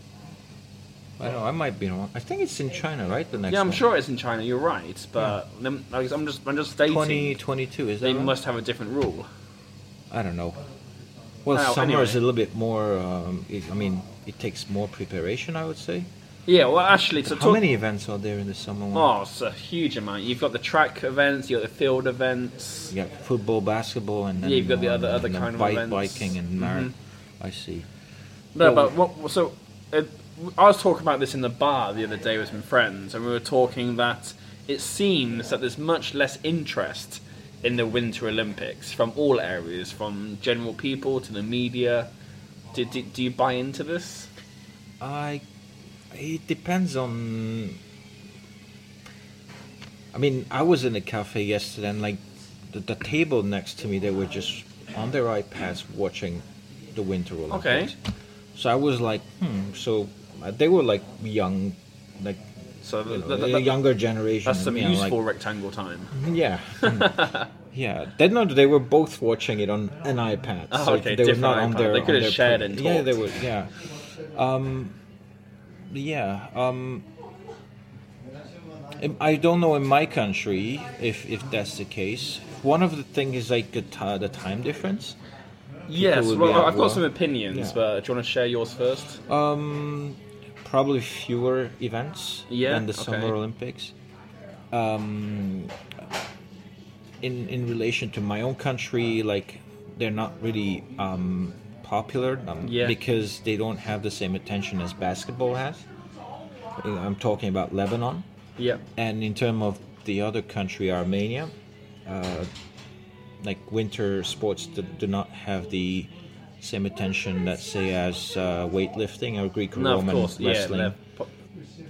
S2: I don't know. I might be wrong. I think it's in China, right? The next.
S1: yeah, I'm
S2: one.
S1: sure it's in China. You're right, but them- like, I'm just I'm just stating
S2: Twenty twenty-two is that?
S1: they
S2: right?
S1: must have a different rule.
S2: I don't know. Well,
S1: Oh,
S2: summer is a
S1: anyway.
S2: little bit more. Um, it, I mean, it takes more preparation. I would say.
S1: Yeah, well, actually, so
S2: How
S1: talk-
S2: many events are there in the summer? one?
S1: Oh, it's a huge amount. You've got the track events, you've got the field events.
S2: You got football, basketball, and then uh,
S1: Yeah, you've got the other-
S2: and
S1: other
S2: then
S1: kind of
S2: bike,
S1: events. Mm-hmm.
S2: biking, and marathon. I see.
S1: No,
S2: Well-
S1: but what, so uh, I was talking about this in the bar the other day with some friends, and we were talking that it seems that there's much less interest in the Winter Olympics from all areas, from general people to the media. Do, do, do you buy into this?
S2: I. It depends on. I mean, I was in a cafe yesterday, and like, the, the table next to me, they were just on their iPads watching the Winter Olympics.
S1: Okay.
S2: So I was like, hmm. So uh, they were like young, like
S1: So
S2: you know,
S1: th- th-
S2: a
S1: th-
S2: younger generation.
S1: that's some
S2: you know, like-
S1: useful rectangle time.
S2: Yeah. Hmm. yeah. They no, they were both watching it on an iPad.
S1: Oh, okay,
S2: they
S1: different iPad. They could
S2: on
S1: have shared
S2: pro-
S1: and
S2: Yeah,
S1: talked.
S2: they were yeah. Um yeah. Um, in- I don't know in my country if if that's the case. One of the things is like the, ti the time difference.
S1: Yes,
S2: would
S1: well,
S2: be at
S1: I've got
S2: war.
S1: some opinions,
S2: Yeah.
S1: but do you want to share yours first?
S2: Um, probably fewer events
S1: Yeah,
S2: than the
S1: okay.
S2: Summer Olympics. Um, in in relation to my own country, like they're not really um, popular um,
S1: Yeah.
S2: because they don't have the same attention as basketball has. You know, I'm talking about Lebanon,
S1: Yeah.
S2: and in terms of the other country, Armenia, uh, like winter sports do, do not have the same attention, let's say, as uh, weightlifting or
S1: No, of
S2: Greco-Roman
S1: course. Yeah.
S2: wrestling
S1: they're po-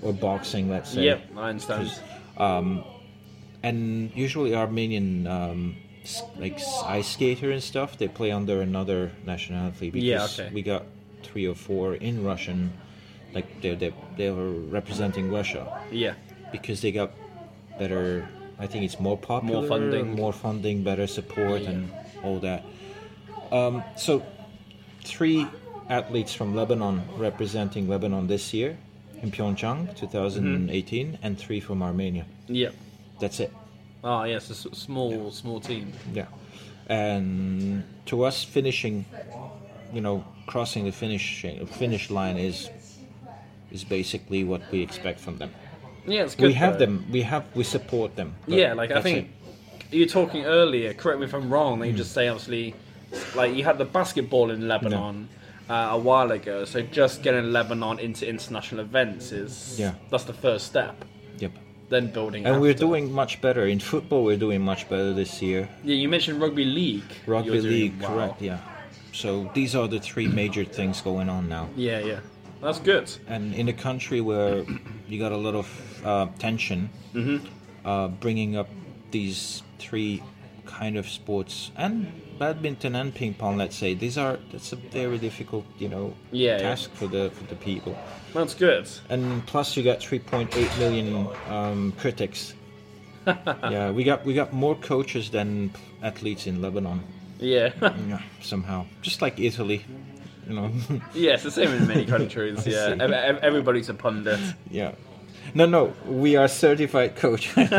S2: or boxing, let's say.
S1: Yep, I understand.
S2: And usually Armenian, um, s- like s- ice skater and stuff, they play under another nationality because
S1: Yeah, okay.
S2: we got three or four in Russian, like they they they were representing Russia
S1: Yeah.
S2: because they got better. I think it's more popular,
S1: funding.
S2: more funding, better support, and all that. Um, so, three athletes from Lebanon representing Lebanon this year in Pyeongchang, 2018,
S1: Mm-hmm.
S2: and three from Armenia.
S1: Yeah.
S2: That's it.
S1: Ah, yes, a s- small, small team.
S2: Yeah, and to us, finishing, you know, crossing the finishing finish line is is basically what we expect from them.
S1: Yeah, it's good.
S2: We have
S1: though.
S2: them. We have. We support them. but
S1: Yeah, like I
S2: that's Hmm.
S1: think you're talking earlier. Correct me if I'm wrong. They just say obviously, like you had the basketball in Lebanon uh, a while ago. So just getting Lebanon into international events is
S2: Yeah.
S1: That's the first step.
S2: it. Yep.
S1: Then building.
S2: And we're
S1: after.
S2: doing much better in football. We're doing much better this year.
S1: Yeah, you mentioned rugby league. You're
S2: Rugby
S1: doing
S2: league,
S1: well.
S2: correct? Yeah. So these are the three major things going on now.
S1: Yeah, yeah. That's good.
S2: And in a country where you got a lot of uh, tension,
S1: Mm-hmm.
S2: uh, bringing up these three kind of sports and badminton and ping pong, let's say, these are that's a very difficult, you know,
S1: Yeah, yeah.
S2: task for the for the people.
S1: That's good.
S2: and plus you got 3.8 million um, critics. yeah, we got we got more coaches than athletes in Lebanon.
S1: Yeah.
S2: Yeah, somehow, just like Italy, you know.
S1: yeah, it's the same in many countries. yeah,
S2: see.
S1: Ev- ev- everybody's a pundit.
S2: yeah, no, no, we are certified coaches.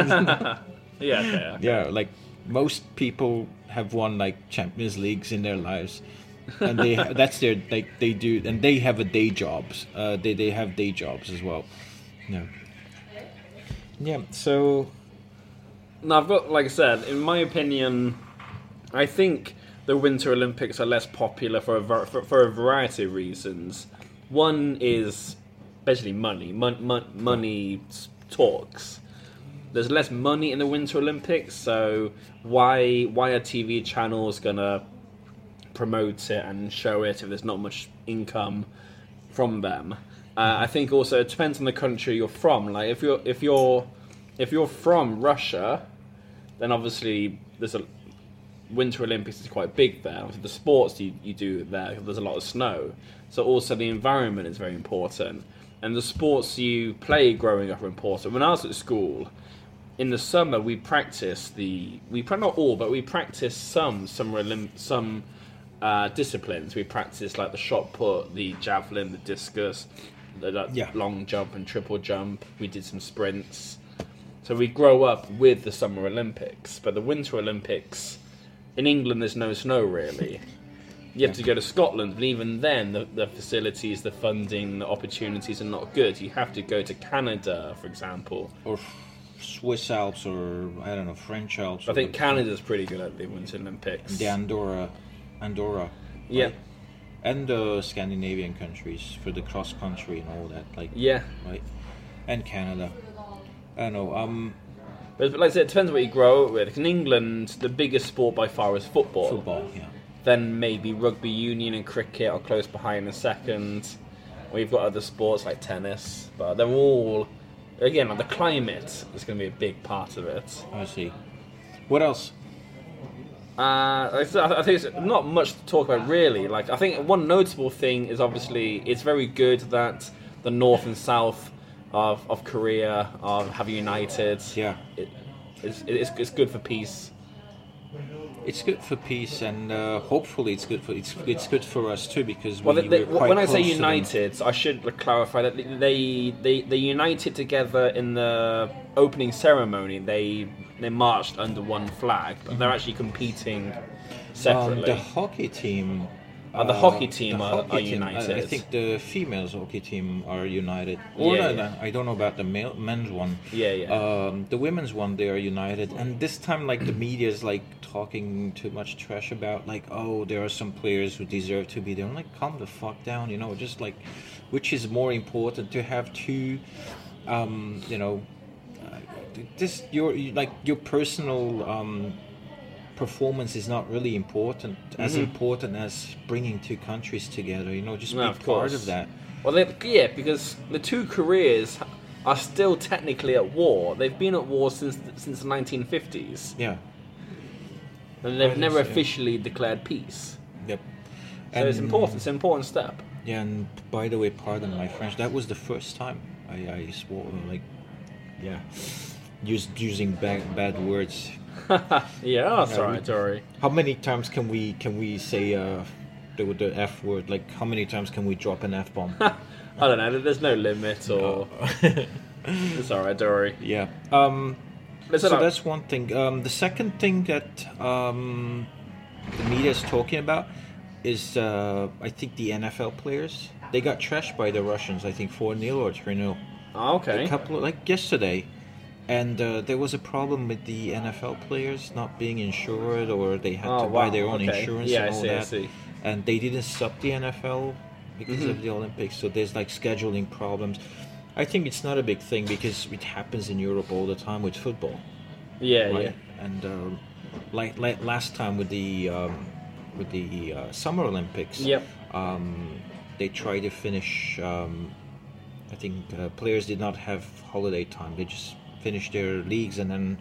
S1: Yeah, yeah.
S2: yeah, like most people have won like Champions Leagues in their lives, and they that's their like they do, and they have a day jobs. Uh, they they have day jobs as well. Yeah. Yeah. So
S1: Now, I've got, like I said, in my opinion, I think the Winter Olympics are less popular for a, var- for, for a variety of reasons. One is basically money. Mon- mon- money s- talks. There's less money in the Winter Olympics, so why why are TV channels gonna promote it and show it if there's not much income from them. Uh, I think also it depends on the country you're from. Like if you're if you're if you're from Russia, then obviously there's a Winter Olympics is quite big there. Obviously the sports you, you do there, there's a lot of snow. So also the environment is very important, and the sports you play growing up are important. When I was at school, in the summer we practice the we pra- not all but we practice some summer Olymp- some uh, disciplines we practice like the shot put the javelin the discus the, the
S2: Yeah.
S1: long jump and triple jump we did some sprints so we grow up with the summer olympics but the winter olympics in england there's no snow really you have to go to Scotland, but even then, the, the facilities, the funding, the opportunities are not good. You have to go to Canada, for example,
S2: or Swiss Alps or I don't know French Alps.
S1: I
S2: or
S1: think Canada's pretty good at the Winter Olympics.
S2: the Andorra, Andorra,
S1: Yeah.
S2: right? and the Scandinavian countries for the cross country and all that, like
S1: Yeah.
S2: right, and Canada. I don't know. Um,
S1: But, but like I said, it depends what you grow up with. In England, the biggest sport by far is football.
S2: football. Yeah,
S1: Then maybe rugby union and cricket are close behind in second. We've got other sports like tennis, but they're all, again, like the climate is going to be a big part of it.
S2: I see. What else?
S1: Uh, I th- I think it's not much to talk about really. Like I think one notable thing is obviously it's very good that the north and south of, of Korea are have united.
S2: Yeah.
S1: it, it's, it's it's good for peace.
S2: it's good for peace, and uh, hopefully it's good for it's it's good for us too because
S1: Well,
S2: we,
S1: they, they,
S2: are quite
S1: when I say
S2: close to them.
S1: united, I should clarify that they they they united together in the opening ceremony. They they marched under one flag, but they're actually competing
S2: Um,
S1: separately.
S2: the hockey team.
S1: Uh, the hockey team are- are
S2: uh, I- I
S1: united.
S2: think the females hockey team are united. Or
S1: Yeah,
S2: no,
S1: yeah.
S2: no, I don't know about the male, men's one.
S1: Yeah, yeah.
S2: Um, the women's one, they are united. And this time, like the media is like talking too much trash about like, oh, there are some players who deserve to be there. I'm like, calm the fuck down, you know. Just like, which is more important to have two, um, you know, uh, this your like your personal. Um, performance is not really important as
S1: Mm-hmm.
S2: important as bringing two countries together you know just
S1: No,
S2: be
S1: of
S2: part
S1: course.
S2: of that
S1: Well, they, yeah, because the two Koreas are still technically at war. They've been at war since since the 1950s,
S2: yeah
S1: and they've
S2: think
S1: never
S2: so.
S1: officially declared peace.
S2: yep
S1: So it's important. It's an important step.
S2: yeah and by the way pardon my french that was the first time i, I swore like yeah used using bad, bad words
S1: Yeah, that's
S2: Yeah, we-
S1: right, Dory.
S2: how many times can we can we say uh the, the f word like how many times can we drop an f-bomb
S1: I don't know. There's no limit, or it's all right, Dory.
S2: yeah um
S1: Listen
S2: so
S1: up.
S2: that's one thing. Um, the second thing that um, the media is talking about is uh, I think the NFL players they got trashed by the Russians. I think four 0 or three 0
S1: Ah,
S2: a
S1: okay.
S2: couple like yesterday, and uh, there was a problem with the NFL players not being insured or they had
S1: Oh,
S2: to buy
S1: wow,
S2: their own
S1: okay.
S2: insurance
S1: Yeah,
S2: and
S1: I
S2: all
S1: see, I
S2: that,
S1: see. Mm-hmm.
S2: and they didn't sub the NFL because of the Olympics. So there's like scheduling problems. I think it's not a big thing because it happens in Europe all the time with football
S1: Yeah, yeah.
S2: right? And uh, like, like last time with the um, with the uh, Summer Olympics,
S1: Yep.
S2: um, they tried to finish. Um, I think uh, players did not have holiday time; they just finished their leagues and then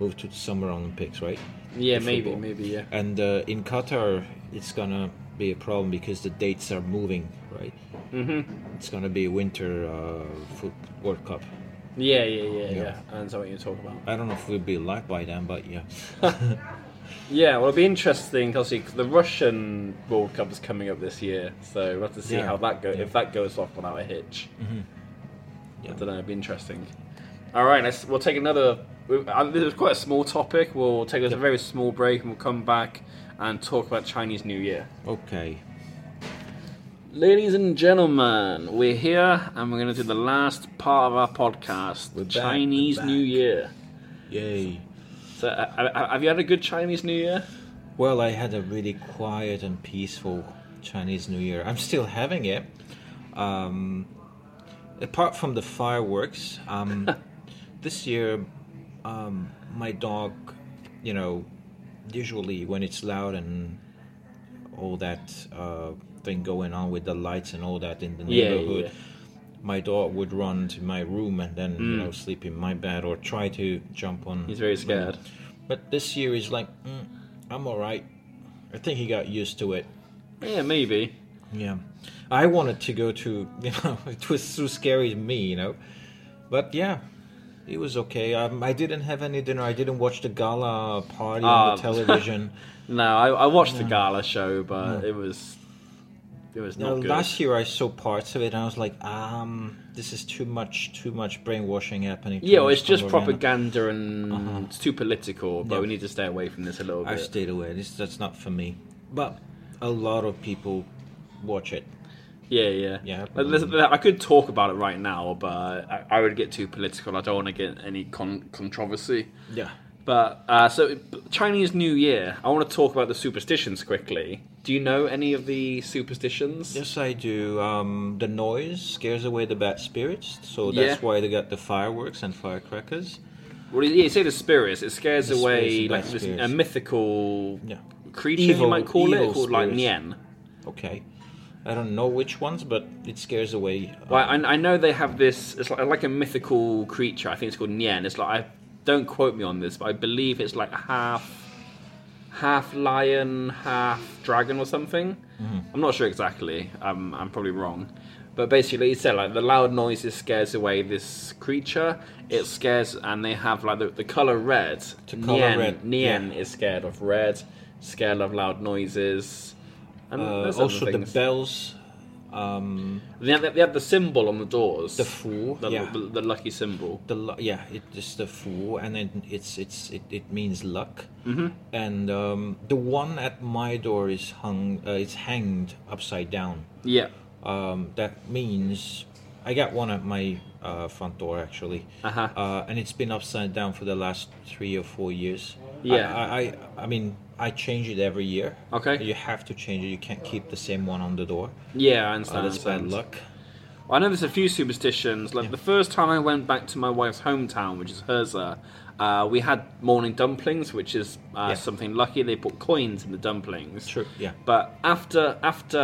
S2: moved to the Summer Olympics, right?
S1: Yeah,
S2: The
S1: maybe,
S2: football.
S1: maybe, yeah.
S2: And uh, in Qatar, it's gonna be a problem because the dates are moving, right? Mm-hmm. It's gonna be winter uh, foot World Cup.
S1: Yeah, yeah, yeah,
S2: Yeah.
S1: yeah. And so what you're talking about.
S2: I don't know if we'll be alive by then, but yeah.
S1: Yeah, well, it'll be interesting. 'cause Obviously, 'cause the Russian World Cup is coming up this year, so we'll have to see
S2: Yeah.
S1: how that goes.
S2: Yeah. Mm-hmm.
S1: If that goes off without a hitch,
S2: Yeah.
S1: I don't know. It'd be interesting. All right, let's, we'll take another. we- uh, This is quite a small topic. We'll take a very small break, and we'll come back and talk about Chinese New Year.
S2: Okay.
S1: Ladies and gentlemen, we're here and we're going to do the last part of our podcast,
S2: We're back,
S1: Chinese
S2: we're back.
S1: New Year.
S2: Yay.
S1: So, uh, uh, have you had a good Chinese New Year?
S2: Well, I had a really quiet and peaceful Chinese New Year. I'm still having it. Um, apart from the fireworks, um, this year um, my dog, you know, usually when it's loud and all that uh, thing going on with the lights and all that in the
S1: Yeah, yeah, Mm.
S2: neighborhood, my dog would run to my room and then you know sleep in my bed or try to jump on.
S1: He's very scared.
S2: But this year he's like, mm, I'm alright. I think he got used to it.
S1: Yeah, maybe.
S2: Yeah. I wanted to go to, you know, it was too scary to me, you know. But yeah, it was okay. Um, I didn't have any dinner. I didn't watch the gala party on
S1: Ah.
S2: the television.
S1: No, I, I watched the gala show, but it was it was
S2: Now,
S1: not good.
S2: last year I saw parts of it and I was like, um, this is too much, too much brainwashing happening. too
S1: yeah, well,
S2: much
S1: it's just
S2: propaganda.
S1: propaganda and it's too political. But
S2: Uh-huh. Yeah.
S1: we need to stay away from this a little
S2: I
S1: bit.
S2: stayed away. This, that's not for me. But a lot of people watch it.
S1: Yeah, yeah,
S2: Yeah.
S1: Like, listen, I could talk about it right now, but I, I would get too political. I don't want to get any con- controversy.
S2: Yeah.
S1: But uh, so Chinese New Year. I want to talk about the superstitions quickly. Do you know any of the superstitions?
S2: Yes, I do. Um, the noise scares away the bad spirits, so that's
S1: Yeah.
S2: why they got the fireworks and firecrackers.
S1: Well, yeah, you say the spirits. It scares
S2: The
S1: away
S2: spirits, the
S1: like
S2: bad
S1: this, a
S2: spirits.
S1: mythical
S2: Yeah.
S1: creature you
S2: Evil-
S1: might call it,
S2: evil
S1: called like
S2: spirits.
S1: Nien.
S2: Okay. I don't know which ones, but it scares away. uh,
S1: Well, I, I know they have this. It's like, like a mythical creature. I think it's called Nien. It's like I don't quote me on this, but I believe it's like a half, half lion, half dragon or something.
S2: Mm-hmm.
S1: I'm not sure exactly. Um, I'm probably wrong. But basically, it said like the loud noises scares away this creature. It scares, and they have like the, the color red.
S2: To colour red,
S1: Nien
S2: yeah.
S1: is scared of red, scare of loud noises, and
S2: Uh,
S1: there's other
S2: also, the
S1: things.
S2: bells. Um,
S1: They had, they had the symbol on the doors.
S2: the fool.
S1: the,
S2: yeah.
S1: the, the lucky symbol.
S2: the lu- yeah it is the fool and then it's it's it, it means luck
S1: Mm-hmm.
S2: and um, the one at my door is hung uh, it's hanged upside down
S1: Yeah.
S2: um, that means i got one at my uh, front door actually
S1: Uh-huh.
S2: uh, and it's been upside down for the last three or four years
S1: Yeah.
S2: I, I, I, I mean i change it every year
S1: Okay.
S2: you have to change it you can't keep the same one on the door
S1: Yeah, I
S2: uh,
S1: understand.
S2: that's bad
S1: understand.
S2: luck
S1: I know there's a few superstitions. Like the first time I went back to my wife's hometown, which is Herza, uh, we had morning dumplings, which is uh,
S2: Yeah.
S1: something lucky. They put coins in the dumplings.
S2: true yeah
S1: But after after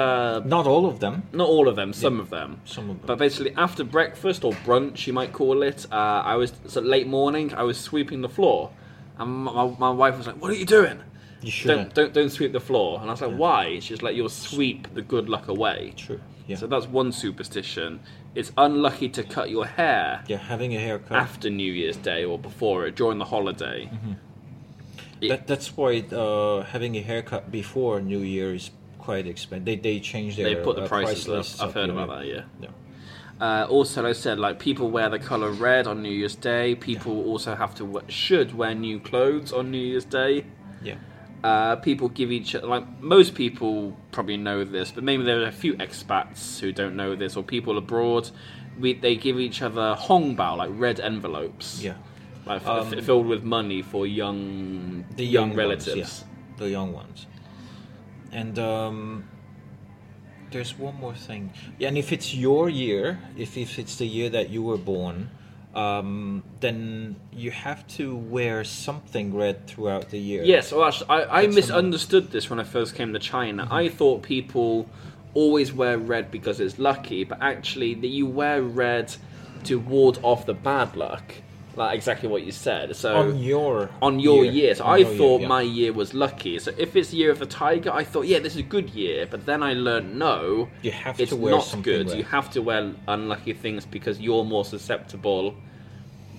S2: not all of them
S1: not all of them, some of them.
S2: some of them
S1: But basically, after breakfast or brunch, you might call it, uh, I was so late morning. I was sweeping the floor, and my, my- my wife was like, "What are you doing?
S2: you
S1: Don't
S2: shouldn't
S1: don't don't sweep the floor." And I was like, "Why?" She's like, "You'll sweep the good luck away."
S2: true yeah
S1: So that's one superstition. It's unlucky to cut your hair
S2: Yeah, Mm-hmm. having a haircut.
S1: after New Year's Day or before it during the holiday. Yeah.
S2: That, that's why uh, having a haircut before New Year is quite expensive. They, they change their
S1: They put the
S2: uh,
S1: prices
S2: price
S1: up.
S2: lists
S1: I've heard
S2: yeah.
S1: about that. Yeah.
S2: Yeah.
S1: Uh, also, like I said, like people wear the color red on New Year's Day. People also have to we- should wear new clothes on New Year's Day.
S2: yeah,
S1: Uh, people give each like most people probably know this, but maybe there are a few expats who don't know this or people abroad. We, they give each other hongbao, like red envelopes,
S2: yeah. Um,
S1: like, f- f- filled with money for young
S2: The
S1: young,
S2: young ones,
S1: relatives.
S2: yeah. The young ones. And um, there's one more thing. Yeah, and if it's your year, if, if it's the year that you were born, um, then you have to wear something red throughout the year.
S1: Yes, well, actually, I, I
S2: That's another-
S1: misunderstood this when I first came to China. I thought people always wear red because it's lucky, but actually, that you wear red to ward off the bad luck. Like exactly what you said. So
S2: On your
S1: on your
S2: year.
S1: year. So
S2: On
S1: I
S2: your year,
S1: thought
S2: yeah.
S1: my year was lucky. So if it's year of the tiger, I thought, yeah, this is a good year. But then I learned no,
S2: You have to
S1: it's
S2: wear
S1: not
S2: something
S1: good.
S2: red.
S1: You have to wear unlucky things because you're more susceptible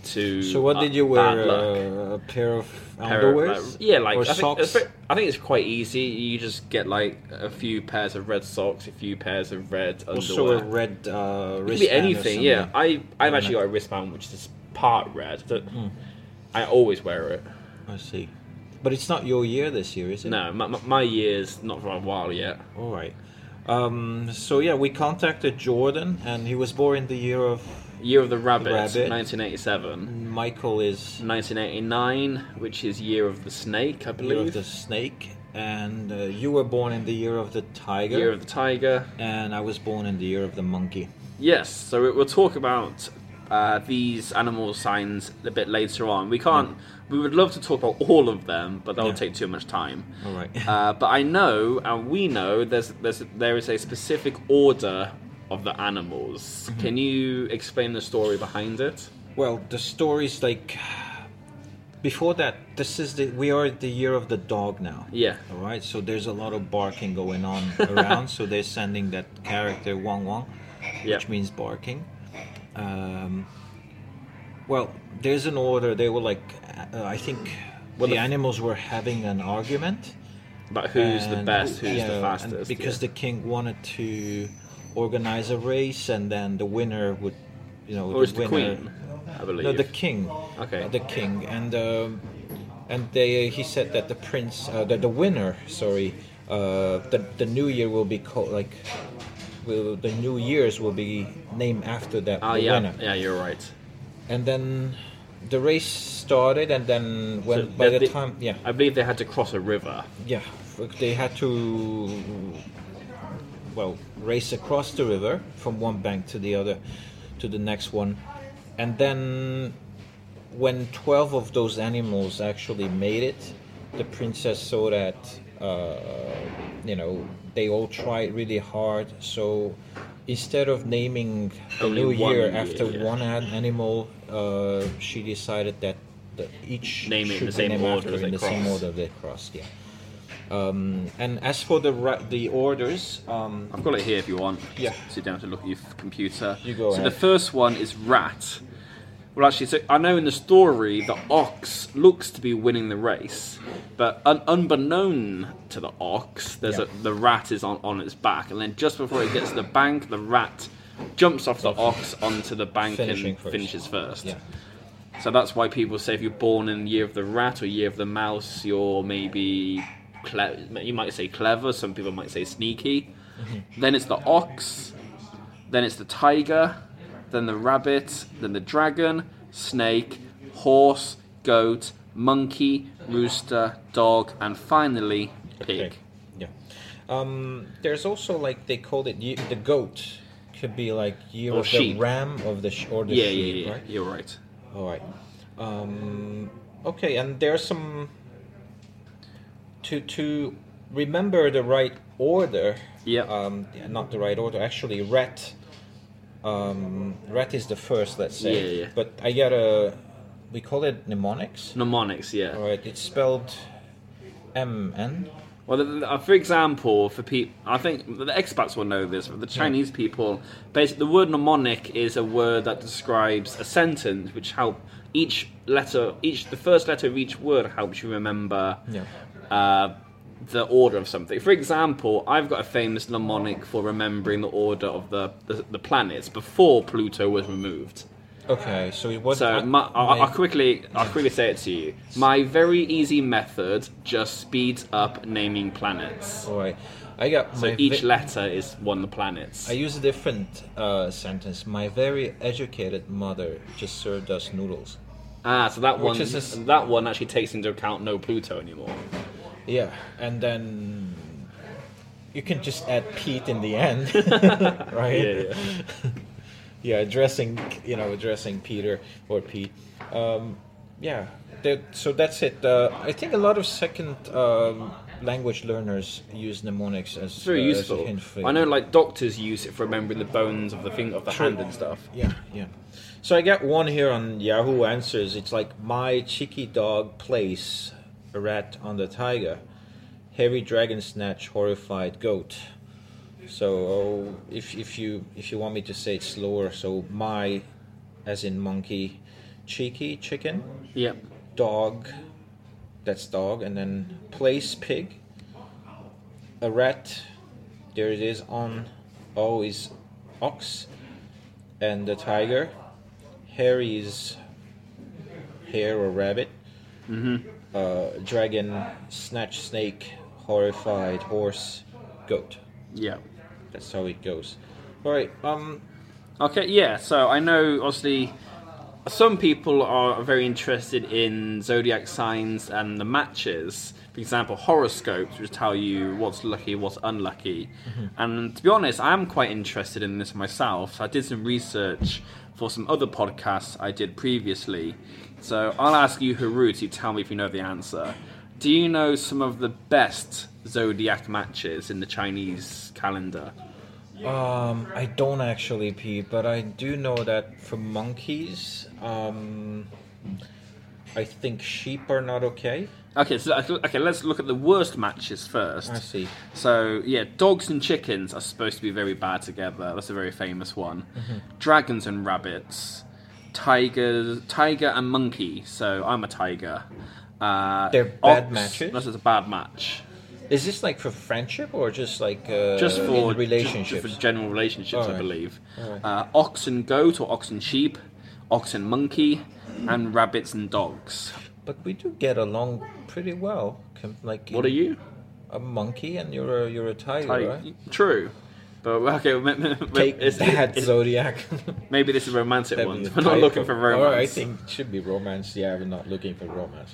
S1: to.
S2: So what
S1: uh,
S2: did you
S1: bad
S2: wear?
S1: luck.
S2: Uh, a pair of
S1: Pair of,
S2: underwear?
S1: like- yeah, like
S2: or
S1: I think,
S2: socks.
S1: it's ve- I think it's quite easy. You just get like a few pairs of red socks, a few pairs of red underwear.
S2: also a red uh,
S1: It could
S2: wristband.
S1: be
S2: or
S1: anything. Yeah,
S2: something.
S1: I I've actually got a wristband which is part red. That
S2: Hmm.
S1: I always wear it.
S2: I see. But it's not your year this year, is it?
S1: No, my, my, my year's not for a while yet.
S2: All right. Um, so yeah, we contacted Jordan, and he was born in the year of
S1: Year of the Rabbit,
S2: Rabbit.
S1: 1987.
S2: Michael is
S1: 1989, which is Year of the Snake, I
S2: year of
S1: believe.
S2: the snake, and uh, you were born in the year of the tiger,
S1: Year of the Tiger.
S2: and I was born in the year of the monkey.
S1: Yes, so we- we'll talk about uh, these animal signs a bit later on. We can't. We would love to talk about all of them, but that will
S2: Yeah.
S1: take too much time.
S2: All right.
S1: Uh, but I know, and we know, there's, there's there is a specific order of the animals.
S2: Mm-hmm.
S1: Can you explain the story behind it?
S2: Well, the story's like before that. This is the we are the year of the dog now.
S1: Yeah.
S2: All right. So there's a lot of barking going on around. so they're sending that character Wang Wang,
S1: Yeah.
S2: which means barking. Um, well, there's an order. They were like, uh, I think
S1: Well,
S2: the
S1: the-
S2: animals were having an argument.
S1: But who's the
S2: And-
S1: best? Who's
S2: yeah,
S1: the
S2: and
S1: fastest?
S2: Because the king wanted to organize a race, and then the winner would, you know,
S1: Or is the
S2: winner,
S1: queen, I believe.
S2: No, the king.
S1: Okay.
S2: Uh, the king, and um, and they uh, he said that the prince, uh, the the winner, sorry, uh, the the new year will be called like, will the new years will be named after that
S1: Ah,
S2: the
S1: yeah,
S2: winner,
S1: yeah, you're right.
S2: and then the race started, and then when
S1: So
S2: by
S1: the-
S2: the,
S1: the-
S2: time yeah
S1: I believe they had to cross a river.
S2: yeah they had to well race across the river from one bank to the other to the next one and then when 12 of those animals actually made it the princess saw that uh, you know they all tried really hard so instead of naming the
S1: Only
S2: new
S1: one
S2: year
S1: year,
S2: after
S1: yeah.
S2: one an- animal uh, she decided that the, each
S1: Name it in
S2: should
S1: the
S2: be
S1: same
S2: named
S1: order
S2: after
S1: as
S2: in
S1: they
S2: the same
S1: cross.
S2: order they crossed yeah um, and as for the ri- the orders um,
S1: I've got it here if you want.
S2: Yeah.
S1: Sit down to look at your f- computer.
S2: You go
S1: so the
S2: ahead.
S1: first one is rat, Well, actually, so I know in the story the ox looks to be winning the race, but un- unbeknown to the ox, there's
S2: Yeah.
S1: a, the rat is on, on its back, and then just before it gets to the bank, the rat jumps off the ox onto the bank
S2: Finishing
S1: and
S2: first.
S1: finishes first.
S2: Yeah.
S1: So that's why people say if you're born in the year of the rat or year of the mouse, you're maybe cle- you might say clever. Some people might say sneaky.
S2: Mm-hmm.
S1: Then it's the ox. Then it's the tiger. Then the rabbit. Then the dragon, snake, horse, goat, monkey, rooster, dog, and finally pig.
S2: Okay. Yeah. Um, there's also like they called it ye- the goat. Could be like year
S1: Or
S2: of
S1: sheep.
S2: the ram of the sh- or the
S1: Yeah,
S2: sheep,
S1: yeah, yeah.
S2: right?
S1: You're right.
S2: All right. Um, okay, and there's some to to remember the right order.
S1: Yeah.
S2: Um, not the right order. Actually, rat. Um, rat is the first. Let's say.
S1: Yeah, yeah.
S2: But I got a. We call it mnemonics.
S1: Mnemonics. Yeah.
S2: All right. It's spelled M N.
S1: Well, th- th- uh, for example, for people, I think the expats will know this, but the Chinese people, basically, the word mnemonic is a word that describes a sentence, which help each letter, each the first letter of each word helps you remember
S2: Yeah.
S1: uh, the order of something. For example, I've got a famous mnemonic for remembering the order of the the, the planets before Pluto was removed.
S2: Okay. So it was.
S1: So my, I, I'll quickly, I'll quickly say it to you. My very easy method just speeds up naming planets.
S2: All right. I got
S1: So
S2: my
S1: each
S2: ve-
S1: letter is one of the planets.
S2: I use a different uh, sentence. My very educated mother just served us noodles.
S1: ah, so that one,
S2: is this-
S1: that one actually takes into account no Pluto anymore.
S2: Yeah, and then you can just add Pete in the end, right?
S1: Yeah, yeah.
S2: Yeah, addressing you know addressing Peter or Pete. Um, yeah, that, so that's it. Uh, I think a lot of second um, language learners use mnemonics as
S1: It's very
S2: uh, as a
S1: useful.
S2: hint for-
S1: I know, like doctors use it for remembering the bones of the thing of the
S2: True.
S1: hand and stuff.
S2: Yeah, yeah. So I got one here on Yahoo Answers. It's like my cheeky dog plays a rat on the tiger, heavy dragon snatch, horrified goat. So oh, if if you if you want me to say it slower, so my, as in monkey, cheeky chicken,
S1: Yeah.
S2: dog, that's dog, and then place pig, a rat, there it is on, O is ox, and the tiger, hare is hare or rabbit, mm-hmm. uh, dragon, snatch, snake, horrified, horse, goat.
S1: Yeah.
S2: That's how it goes. All right, um,
S1: Okay, yeah, so I know obviously some people are very interested in zodiac signs and the matches. For example, horoscopes, which tell you what's lucky, what's unlucky. And to be honest, I am quite interested in this myself. So I did some research for some other podcasts I did previously. So I'll ask you, Haru, to tell me if you know the answer. Do you know some of the best zodiac matches in the Chinese calendar?
S2: Um, I don't actually, Pete, but I do know that for monkeys, um, I think sheep are not okay.
S1: Okay, so uh, okay, let's look at the worst matches first.
S2: I see.
S1: So yeah, dogs and chickens are supposed to be very bad together. That's a very famous one.
S2: Mm-hmm.
S1: Dragons and rabbits, tigers, tiger and monkey. So I'm a tiger. Uh,
S2: They're bad
S1: ox,
S2: matches?
S1: That's just a bad match.
S2: Is this like for friendship or just like uh,
S1: Just for
S2: in relationships?
S1: just, just for general relationships, I
S2: Alright.
S1: believe.
S2: Alright.
S1: Uh, ox and goat or ox and sheep, ox and monkey, and rabbits and dogs.
S2: But we do get along pretty well. com- Like
S1: What are you?
S2: A monkey, and you're a, you're a tiger,
S1: Like,
S2: right?
S1: True. But okay, m- m- m-
S2: Take
S1: it's-
S2: that,
S1: it's-
S2: zodiac.
S1: Maybe this is a romantic
S2: That'd
S1: one.
S2: be a
S1: We're not looking
S2: typo.
S1: for
S2: Or I
S1: romance.
S2: think it should be romance. Yeah, we're not looking for romance.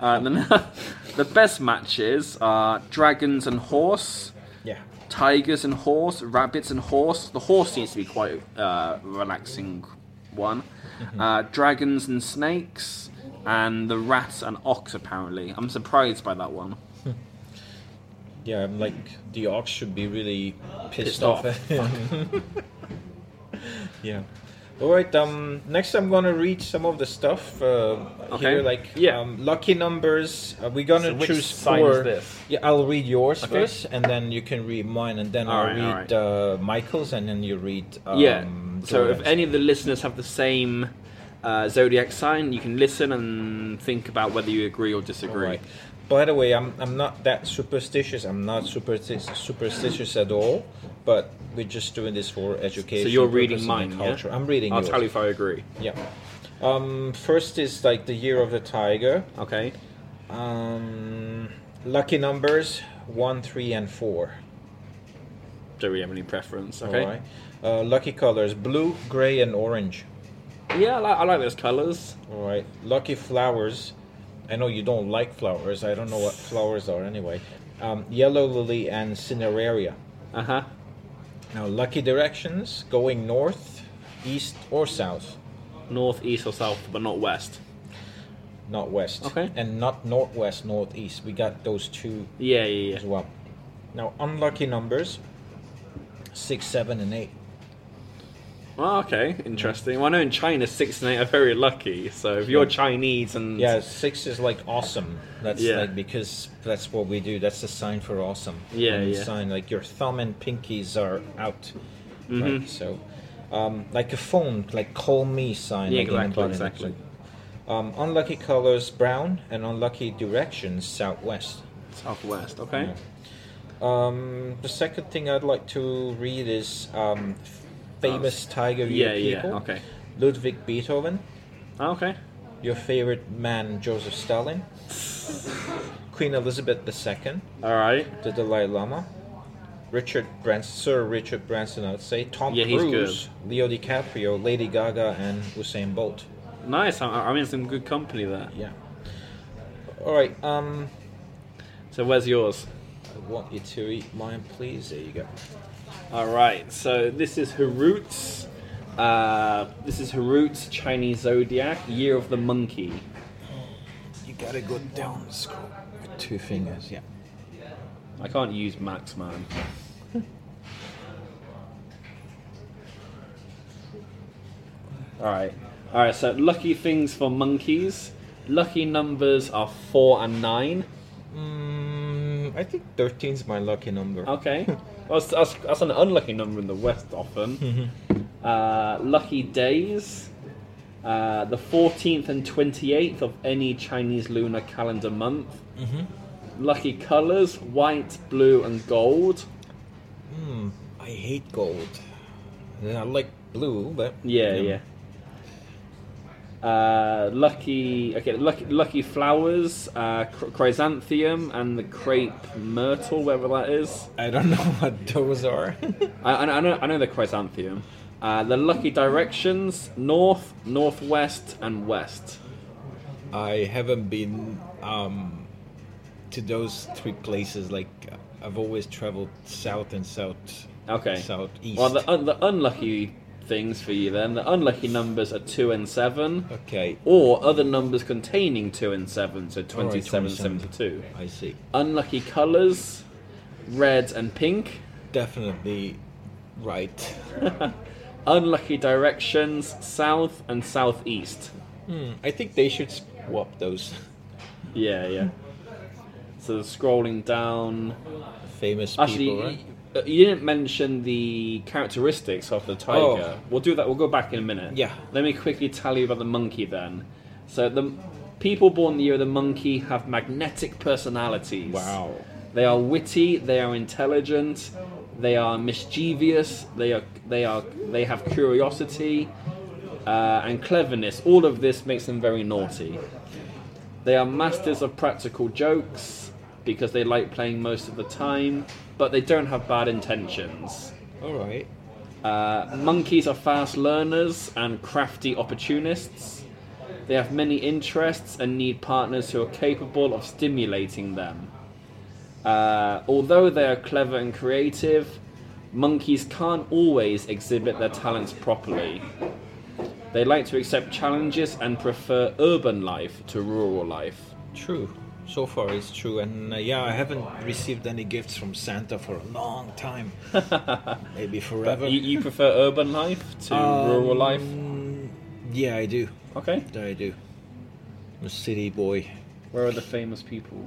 S1: Uh, the, the best matches are dragons and horse,
S2: Yeah.
S1: tigers and horse, rabbits and horse. The horse seems to be quite a uh, relaxing one.
S2: Mm-hmm.
S1: Uh, dragons and snakes, and the rat and ox, apparently. I'm surprised by that one.
S2: Yeah, I'm like the ox should be really
S1: Pissed
S2: pissed, off.
S1: off.
S2: yeah. All right. Um. Next, I'm gonna read some of the stuff. Uh,
S1: Okay.
S2: Here, like
S1: Yeah.
S2: um, lucky numbers. Uh, we're gonna
S1: So which
S2: choose
S1: sign
S2: four.
S1: is this?
S2: Yeah, I'll read yours
S1: Okay.
S2: first, and then you can read mine, and then
S1: All
S2: I'll
S1: right, all
S2: read uh, Michael's, and then you read. Um,
S1: yeah. So if
S2: Jordan's.
S1: any of the listeners have the same uh, uh, zodiac sign. You can listen and think about whether you agree or disagree.
S2: Right. By the way, I'm, I'm not that superstitious. I'm not supersti- superstitious at all. But we're just doing this for education.
S1: So you're reading
S2: purpose
S1: mine,
S2: and
S1: yeah?
S2: culture. I'm reading.
S1: I'll
S2: yours.
S1: tell you if I agree.
S2: Yeah. Um, first is like the year of the tiger.
S1: Okay.
S2: Um, lucky numbers one, three, and four.
S1: Don't really have any preference. Okay.
S2: All right. Uh, lucky colors: blue, gray, and orange.
S1: Yeah, I like, I like those colours.
S2: All right. Lucky flowers. I know you don't like flowers. I don't know what flowers are anyway. Um, yellow lily and cineraria.
S1: Uh huh.
S2: Now, lucky directions going north, east, or south,
S1: North, east, or south, but not west.
S2: not west.
S1: Okay.
S2: And not northwest, northeast. We got those two
S1: Yeah, yeah,
S2: as
S1: yeah.
S2: well. Now, unlucky numbers six, seven, and eight.
S1: Oh, okay, interesting. Well, I know in China, six and eight are very lucky. So if you're
S2: Yeah.
S1: Chinese and
S2: Yeah, six is like awesome. That's
S1: Mm-hmm. Yeah.
S2: like because that's what we do. That's the sign for awesome.
S1: Yeah,
S2: And
S1: yeah.
S2: Sign like your thumb and pinkies are out.
S1: Mm-hmm.
S2: Right. So, um, like a phone, like call me sign.
S1: Yeah,
S2: like in the
S1: exactly,
S2: bottom.
S1: exactly.
S2: Um, unlucky colors brown and unlucky directions southwest.
S1: southwest, okay.
S2: Um, the second thing I'd like to read is um, famous Tiger
S1: Um, Yeah,
S2: Year
S1: yeah,
S2: people.
S1: okay.
S2: Ludwig Beethoven.
S1: Oh, okay.
S2: Your favorite man, Joseph Stalin. Queen Elizabeth II,
S1: All right.
S2: the Dalai Lama. Richard Branson, Sir Richard Branson, I'd say. Tom
S1: Yeah, he's
S2: Cruise, Leo DiCaprio, Lady Gaga, and Usain Bolt.
S1: Nice. I'm, I'm in some good company there.
S2: Yeah. All right. Um,
S1: So where's yours?
S2: I want you to eat mine, please. There you go.
S1: All right. So this is Harut's. Uh, this is Harut's Chinese zodiac, year of the monkey.
S2: You gotta go down, scroll with two fingers. Yeah.
S1: I can't use Max Man. All right. All right. So lucky things for monkeys. Lucky numbers are four and nine.
S2: Mm, I think 13's my lucky number.
S1: Okay. Well, that's, that's, that's an unlucky number in the West often. uh, lucky days. Uh, the 14th and 28th of any Chinese lunar calendar month. Lucky colours white, blue, and gold.
S2: Mm, I hate gold. And I like blue, but
S1: Yeah, yeah. Uh, lucky, okay, lucky, lucky flowers, uh, chr- chrysanthemum and the crepe myrtle, wherever that is.
S2: I don't know what those are.
S1: I, I, know- I know, I know the chrysanthemum. Uh, the lucky directions: north, northwest, and west.
S2: I haven't been um, to those three places. Like uh, I've always traveled south and south.
S1: Okay.
S2: Southeast.
S1: Well, the, un- the unlucky things for you then: the unlucky numbers are two and seven,
S2: okay.
S1: or other numbers containing two and seven, so
S2: All right,
S1: 27,
S2: 27.
S1: 72.
S2: I see.
S1: Unlucky colours: red and pink.
S2: Definitely right.
S1: Unlucky directions: south and southeast.
S2: Hmm, I think they should swap those.
S1: Yeah, yeah. So scrolling down.
S2: Famous
S1: Actually,
S2: people,
S1: y
S2: right?
S1: y- you didn't mention the characteristics of the tiger.
S2: Oh.
S1: We'll do that. We'll go back in a minute.
S2: Yeah.
S1: Let me quickly tell you about the monkey then. So the m- people born the year of the monkey have magnetic personalities.
S2: Wow.
S1: They are witty. They are intelligent. They are mischievous. They are they are they have curiosity uh, and cleverness. All of this makes them very naughty. They are masters of practical jokes because they like playing most of the time, but they don't have bad intentions.
S2: All right.
S1: Uh, monkeys are fast learners and crafty opportunists. They have many interests and need partners who are capable of stimulating them. Uh, although they are clever and creative, monkeys can't always exhibit their talents properly. They like to accept challenges and prefer urban life to rural life.
S2: True. So far, it's true, and uh, yeah, I haven't received any gifts from Santa for a long time. Maybe forever.
S1: You, you prefer urban life to rural life?
S2: Um, Yeah, I do.
S1: Okay.
S2: I do. I'm a city boy.
S1: Where are the famous people?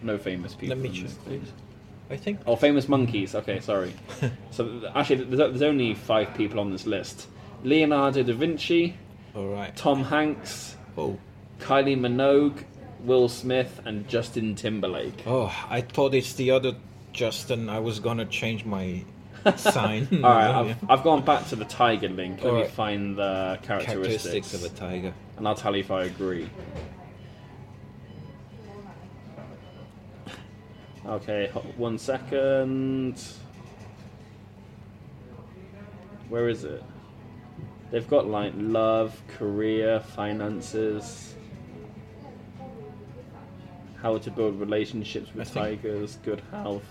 S1: No famous people.
S2: Let me
S1: in
S2: check,
S1: this thing.
S2: please. I think.
S1: Oh, famous monkeys. Okay, sorry. so th- actually, there's, there's only five people on this list: Leonardo da Vinci,
S2: All right.
S1: Tom Hanks,
S2: Oh.
S1: Kylie Minogue, Will Smith, and Justin Timberlake.
S2: Oh, I thought it's the other Justin. I was gonna change my sign.
S1: All right, I've, I've gone back to the tiger link. Let me
S2: Alright.
S1: find the characteristics,
S2: Characteristics of a tiger.
S1: and I'll tell you if I agree. Okay, ho- one second. Where is it? They've got like love, career, finances, how to build relationships with
S2: I think-
S1: tigers, good health.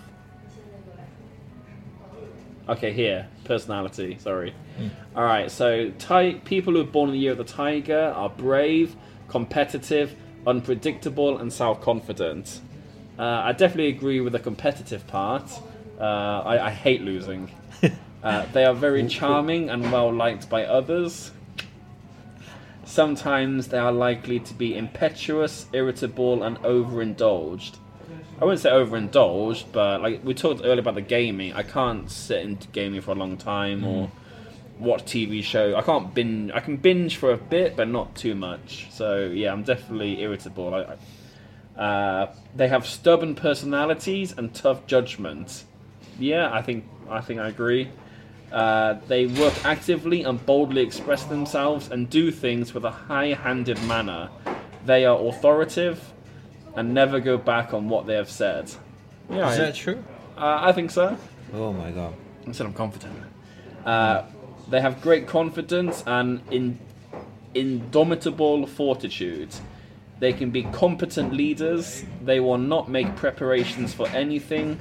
S1: Okay, here, personality, sorry. All right, so ti- people who are born in the year of the tiger are brave, competitive, unpredictable, and self confident. Uh, I definitely agree with the competitive part. Uh, I, I hate losing. Uh, they are very charming and well liked by others. Sometimes they are likely to be impetuous, irritable, and overindulged. I wouldn't say overindulged, but like we talked earlier about the gaming, I can't sit in gaming for a long time or watch TV show. I can't binge. I can binge for a bit, but not too much. So yeah, I'm definitely irritable. I, I, uh, they have stubborn personalities and tough judgment. Yeah, I think I think I agree. Uh, they work actively and boldly express themselves and do things with a high-handed manner. They are authoritative and never go back on what they have said. Yeah,
S2: Is
S1: I,
S2: that true?
S1: uh, I think so.
S2: Oh my god.
S1: I said I'm confident. Uh, they have great confidence and in, indomitable fortitude. They can be competent leaders. They will not make preparations for anything,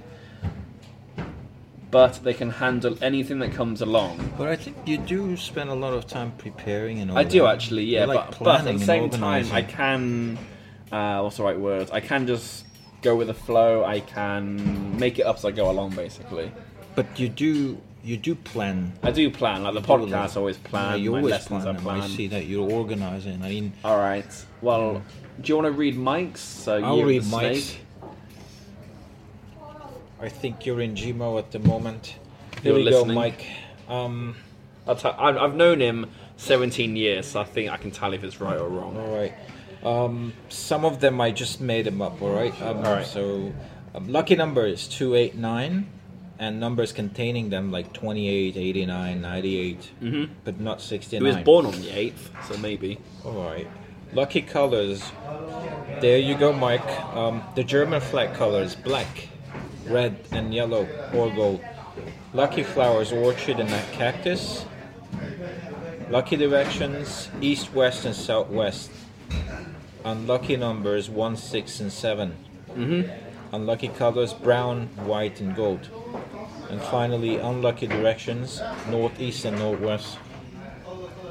S1: but they can handle anything that comes along.
S2: But I think you do spend a lot of time preparing and all
S1: I do
S2: that.
S1: actually, yeah,
S2: You like
S1: but, but at
S2: planning
S1: the
S2: and
S1: same time, I
S2: organizing.
S1: can. Uh, what's the right word? I can just go with the flow. I can make it up as I go along, basically.
S2: But you do you do plan.
S1: I do plan, like the
S2: do a lot.
S1: podcast, I always plan.
S2: Yeah, you
S1: my
S2: always
S1: lessons
S2: plan
S1: I
S2: them.
S1: plan.
S2: I see that you're organizing. I mean,
S1: All right. Well, do you want to read Mike's? So
S2: I'll
S1: Year of
S2: read
S1: the
S2: Mike's.
S1: Snake.
S2: I think you're in Gmo at the moment.
S1: You're
S2: Here we
S1: listening.
S2: go, Mike. Um,
S1: I'll t- I've, I've known him 17 years, so I think I can tell if it's right or wrong.
S2: all right. Um, some of them I just made them up. All right. Um,
S1: All right.
S2: So, um, lucky number is two eight nine, and numbers containing them like 28, 89, 98, but not sixty
S1: He
S2: nine.
S1: Mm-hmm. was born on the 8th, so maybe.
S2: All right. Lucky colors. There you go, Mike. Um, the German flag colors black, red, and yellow or gold. Lucky flowers, orchid, and a cactus. Lucky directions east, west, and southwest. Unlucky numbers 1, 6, and 7. Mm-hmm. Unlucky colors brown, white, and gold. And finally, unlucky directions northeast and northwest.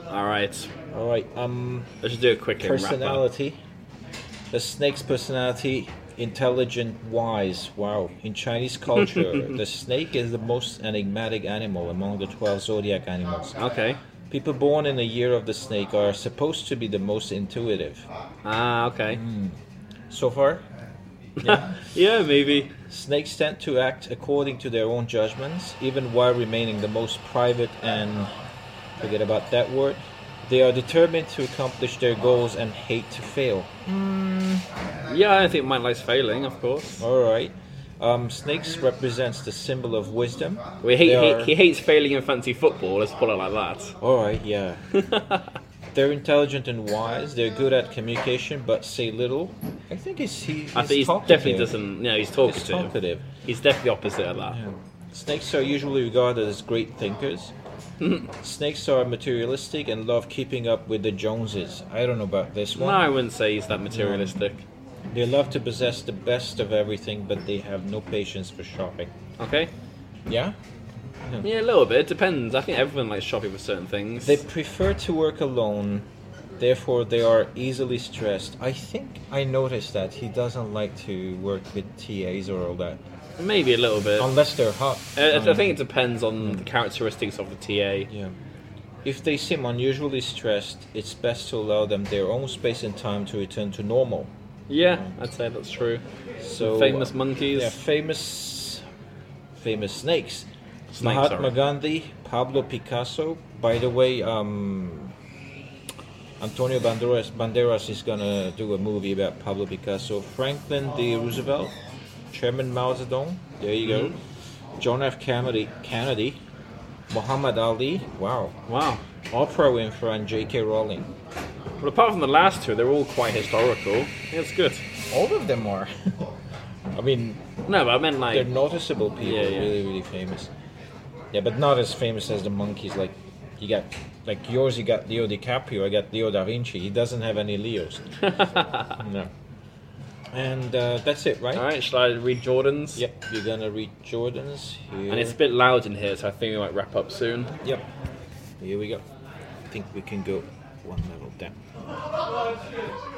S1: All right.
S2: All right, um,
S1: Let's just do a quick and wrap up.
S2: personality. The snake's personality, intelligent, wise. Wow. In Chinese culture, the snake is the most enigmatic animal among the 12 zodiac animals.
S1: Okay.
S2: People born in the year of the snake are supposed to be the most intuitive.
S1: Ah, okay.
S2: Hmm. So far,
S1: Yeah, maybe.
S2: snakes tend to act according to their own judgments, even while remaining the most private and forget about that word. They are determined to accomplish their goals and hate to fail.
S1: Yeah, I think Mike likes failing, of course.
S2: All right. Um, snakes represents the symbol of wisdom.
S1: We hate,
S2: They
S1: he,
S2: are-
S1: he hates failing in fancy football, let's put it like that.
S2: All right, yeah. They're intelligent and wise. They're good at communication, but say little. I think it's he.
S1: I think he
S2: talkative.
S1: definitely doesn't. No, he's
S2: He's
S1: talkative.
S2: talkative.
S1: He's definitely opposite of that.
S2: Yeah. Snakes are usually regarded as great thinkers. snakes are materialistic and love keeping up with the Joneses. I don't know about this
S1: No,
S2: one.
S1: I wouldn't say he's that materialistic.
S2: They love to possess the best of everything, but they have no patience for shopping.
S1: Okay.
S2: Yeah.
S1: Yeah, a little bit. It depends. I think everyone likes shopping for certain things.
S2: They prefer to work alone, therefore they are easily stressed. I think I noticed that he doesn't like to work with TAs or all that,
S1: Maybe a little bit. Uh,
S2: unless they're hot.
S1: I, I
S2: Um,
S1: think it depends on the characteristics of the TA.
S2: Yeah. If they seem unusually stressed, it's best to allow them their own space and time to return to normal.
S1: Yeah, I'd say that's true.
S2: So uh,
S1: Famous monkeys.
S2: Yeah, famous famous snakes.
S1: Snakes,
S2: Mahatma
S1: sorry.
S2: Gandhi, Pablo Picasso. By the way, um, Antonio Banderas, Banderas is gonna do a movie about Pablo Picasso. Franklin D. Roosevelt, Chairman Mao Zedong. There you go.
S1: Mm-hmm.
S2: John F. Kennedy, Kennedy, Muhammad Ali. Wow.
S1: Wow.
S2: Oprah Winfrey and J.K. Rowling.
S1: Well, apart from the last two, they're all quite historical. It's good.
S2: All of them are. I mean,
S1: No, but I meant like
S2: they're noticeable people,
S1: Yeah, yeah.
S2: really, really famous. Yeah, but not as famous as the monkeys. Like, you got, like yours, you got Leo DiCaprio, I got Leo da Vinci. He doesn't have any Leos. no. And uh, that's it, right?
S1: All right, shall I read Jordan's?
S2: Yep, you're gonna read Jordan's here.
S1: And it's a bit loud in here, so I think we might wrap up soon.
S2: Yep. Here we go. I think we can go one level down.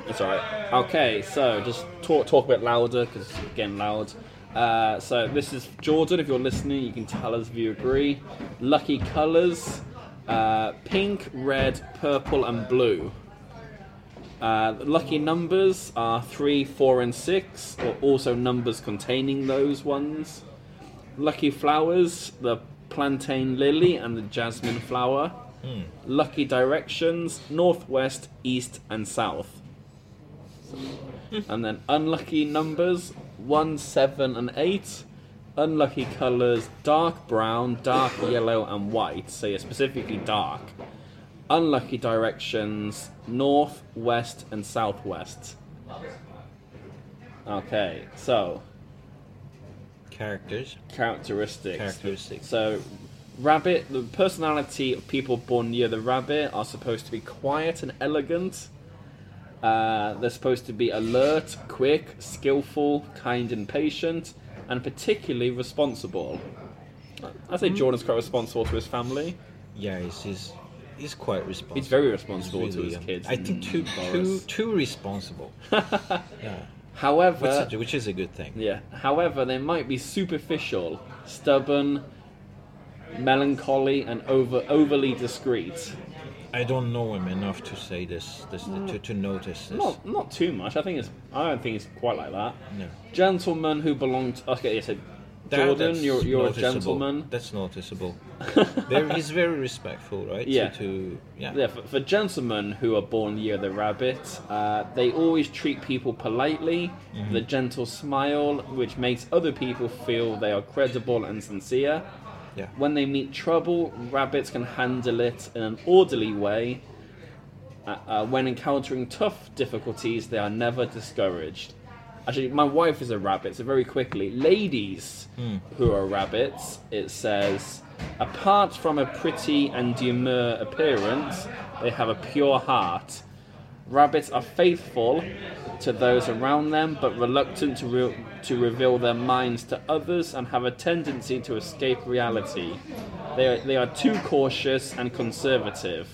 S1: It's alright. Okay, so just talk talk a bit louder because it's getting loud. Uh, so this is Jordan. If you're listening, you can tell us if you agree. Lucky colours: uh, pink, red, purple, and blue. Uh, lucky numbers are three, four, and six, or also numbers containing those ones. Lucky flowers: the plantain lily and the jasmine flower. Lucky directions: northwest, east, and south. And then unlucky numbers 1, 7, and 8. Unlucky colours dark brown, dark yellow, and white. So yeah, specifically dark. Unlucky directions north, west, and southwest. Okay, so
S2: Characters.
S1: characteristics.
S2: Characteristics.
S1: So, rabbit. The personality of people born near the rabbit are supposed to be quiet and elegant. Uh, they're supposed to be alert, quick, skillful, kind, and patient, and particularly responsible. I say Jordan's quite responsible to his family.
S2: Yeah, he's, he's, he's quite responsible.
S1: He's very responsible to his
S2: young.
S1: kids.
S2: I think too,
S1: and
S2: too,
S1: Boris.
S2: too responsible. yeah.
S1: However,
S2: Which,
S1: Uh,
S2: is- which is a good thing.
S1: Yeah. However, they might be superficial, stubborn, melancholy, and over overly discreet.
S2: I don't know him enough to say this, this
S1: Mm.
S2: to, to notice this.
S1: Not not too much. I think it's. I don't think it's quite like that.
S2: No.
S1: Gentlemen who belong to. Okay, yeah, so
S2: That-
S1: Jordan,
S2: that's
S1: you're you're a
S2: noticeable.
S1: gentleman.
S2: That's noticeable. Very- he's very respectful, right?
S1: Yeah.
S2: To, to- yeah.
S1: Yeah, for, for gentlemen who are born year of the rabbit, uh, they always treat people politely,
S2: Mm-hmm.
S1: with a gentle smile, which makes other people feel they are credible and sincere.
S2: Yeah.
S1: When they meet trouble, rabbits can handle it in an orderly way. Uh, uh, when encountering tough difficulties, they are never discouraged. Actually, my wife is a rabbit, so very quickly, ladies who are rabbits, it says, apart from a pretty and demure appearance, they have a pure heart. Rabbits are faithful to those around them, but reluctant to, re- to reveal their minds to others and have a tendency to escape reality. They are, they are too cautious and conservative,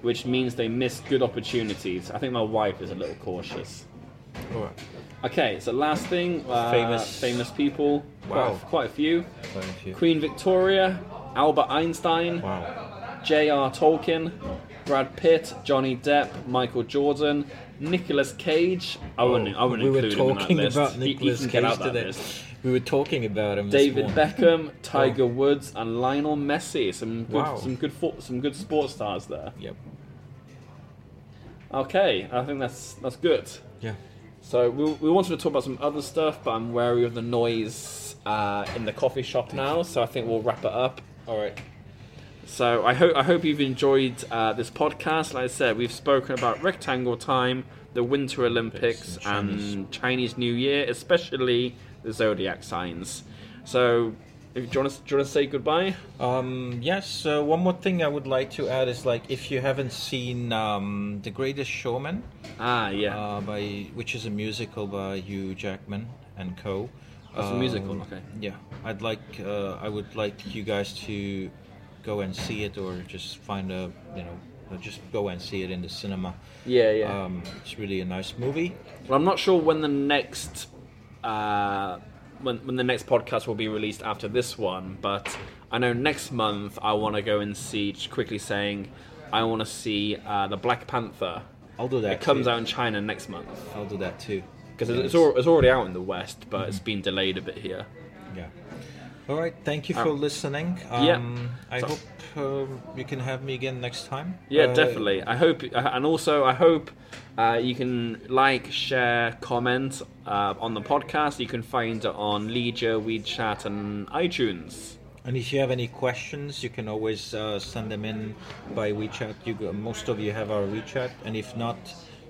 S1: which means they miss good opportunities. I think my wife is a little cautious.
S2: All right.
S1: Okay, so last thing uh,
S2: Famous-
S1: famous people.
S2: Wow.
S1: Quite, quite a few.
S2: Quite a few.
S1: Queen Victoria, Albert Einstein.
S2: Wow.
S1: J.R. Tolkien, Brad Pitt, Johnny Depp, Michael Jordan, Nicolas Cage. I wouldn't, I wouldn't
S2: Oh, we were
S1: include him in that
S2: talking
S1: list.
S2: about
S1: He- he
S2: Nicholas
S1: can
S2: Cage
S1: get out that
S2: today.
S1: list.
S2: We were talking about him. this
S1: David
S2: morning.
S1: Beckham, Tiger Woods, and Lionel Messi. Some good,
S2: Wow.
S1: some good, fo- some good sports stars there.
S2: Yep.
S1: Okay, I think that's that's good.
S2: Yeah.
S1: So we, we wanted to talk about some other stuff, but I'm wary of the noise uh, in the coffee shop now. So I think we'll wrap it up.
S2: All right.
S1: So I hope I hope you've enjoyed uh, this podcast. Like I said, we've spoken about rectangle time, the Winter Olympics,
S2: Olympics and
S1: and Chinese. New Year, especially the zodiac signs. So, if do you want to, do you want to say goodbye?
S2: Um, yes, uh, one more thing I would like to add is like if you haven't seen um, The Greatest Showman,
S1: Ah, yeah,
S2: uh, by which is a musical by Hugh Jackman and co.
S1: That's Oh, a
S2: Um,
S1: musical, okay.
S2: Yeah, I'd like uh, I would like you guys to go and see it, or just find a you know uh, just go and see it in the cinema.
S1: yeah, yeah.
S2: Um, it's really a nice movie.
S1: well, I'm not sure when the next uh, when when the next podcast will be released after this one, but I know next month I want to go and see. Just quickly saying, I want to see uh, the Black Panther.
S2: I'll do that.
S1: It comes
S2: too.
S1: out in China next month.
S2: I'll do that too.
S1: because it's,
S2: Yes.
S1: it's, al- it's already out in the West, but it's been delayed a bit here.
S2: Yeah. All right. Thank you for listening. Um,
S1: Uh, yeah.
S2: I
S1: So-
S2: hope um, you can have me again next time.
S1: Yeah,
S2: Uh,
S1: definitely. I hope, uh, and also I hope uh, you can like, share, comment uh, on the podcast. You can find it on Leisure, WeChat, and iTunes.
S2: And if you have any questions, you can always uh, send them in by WeChat. You go, most of you have our WeChat, and if not,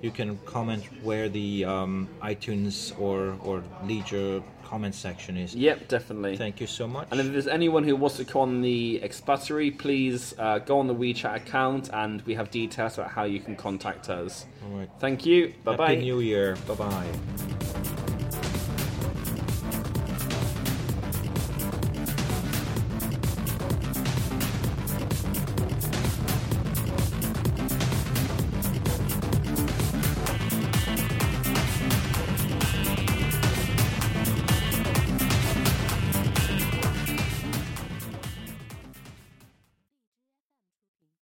S2: you can comment where the um, iTunes or or Leisure comment section is.
S1: Yep, definitely.
S2: Thank you so much.
S1: And if there's anyone who wants to come on the expatriary, please uh, go on the WeChat account, and we have details about how you can contact us.
S2: All right.
S1: Thank you. Bye bye.
S2: Happy New Year. Bye bye.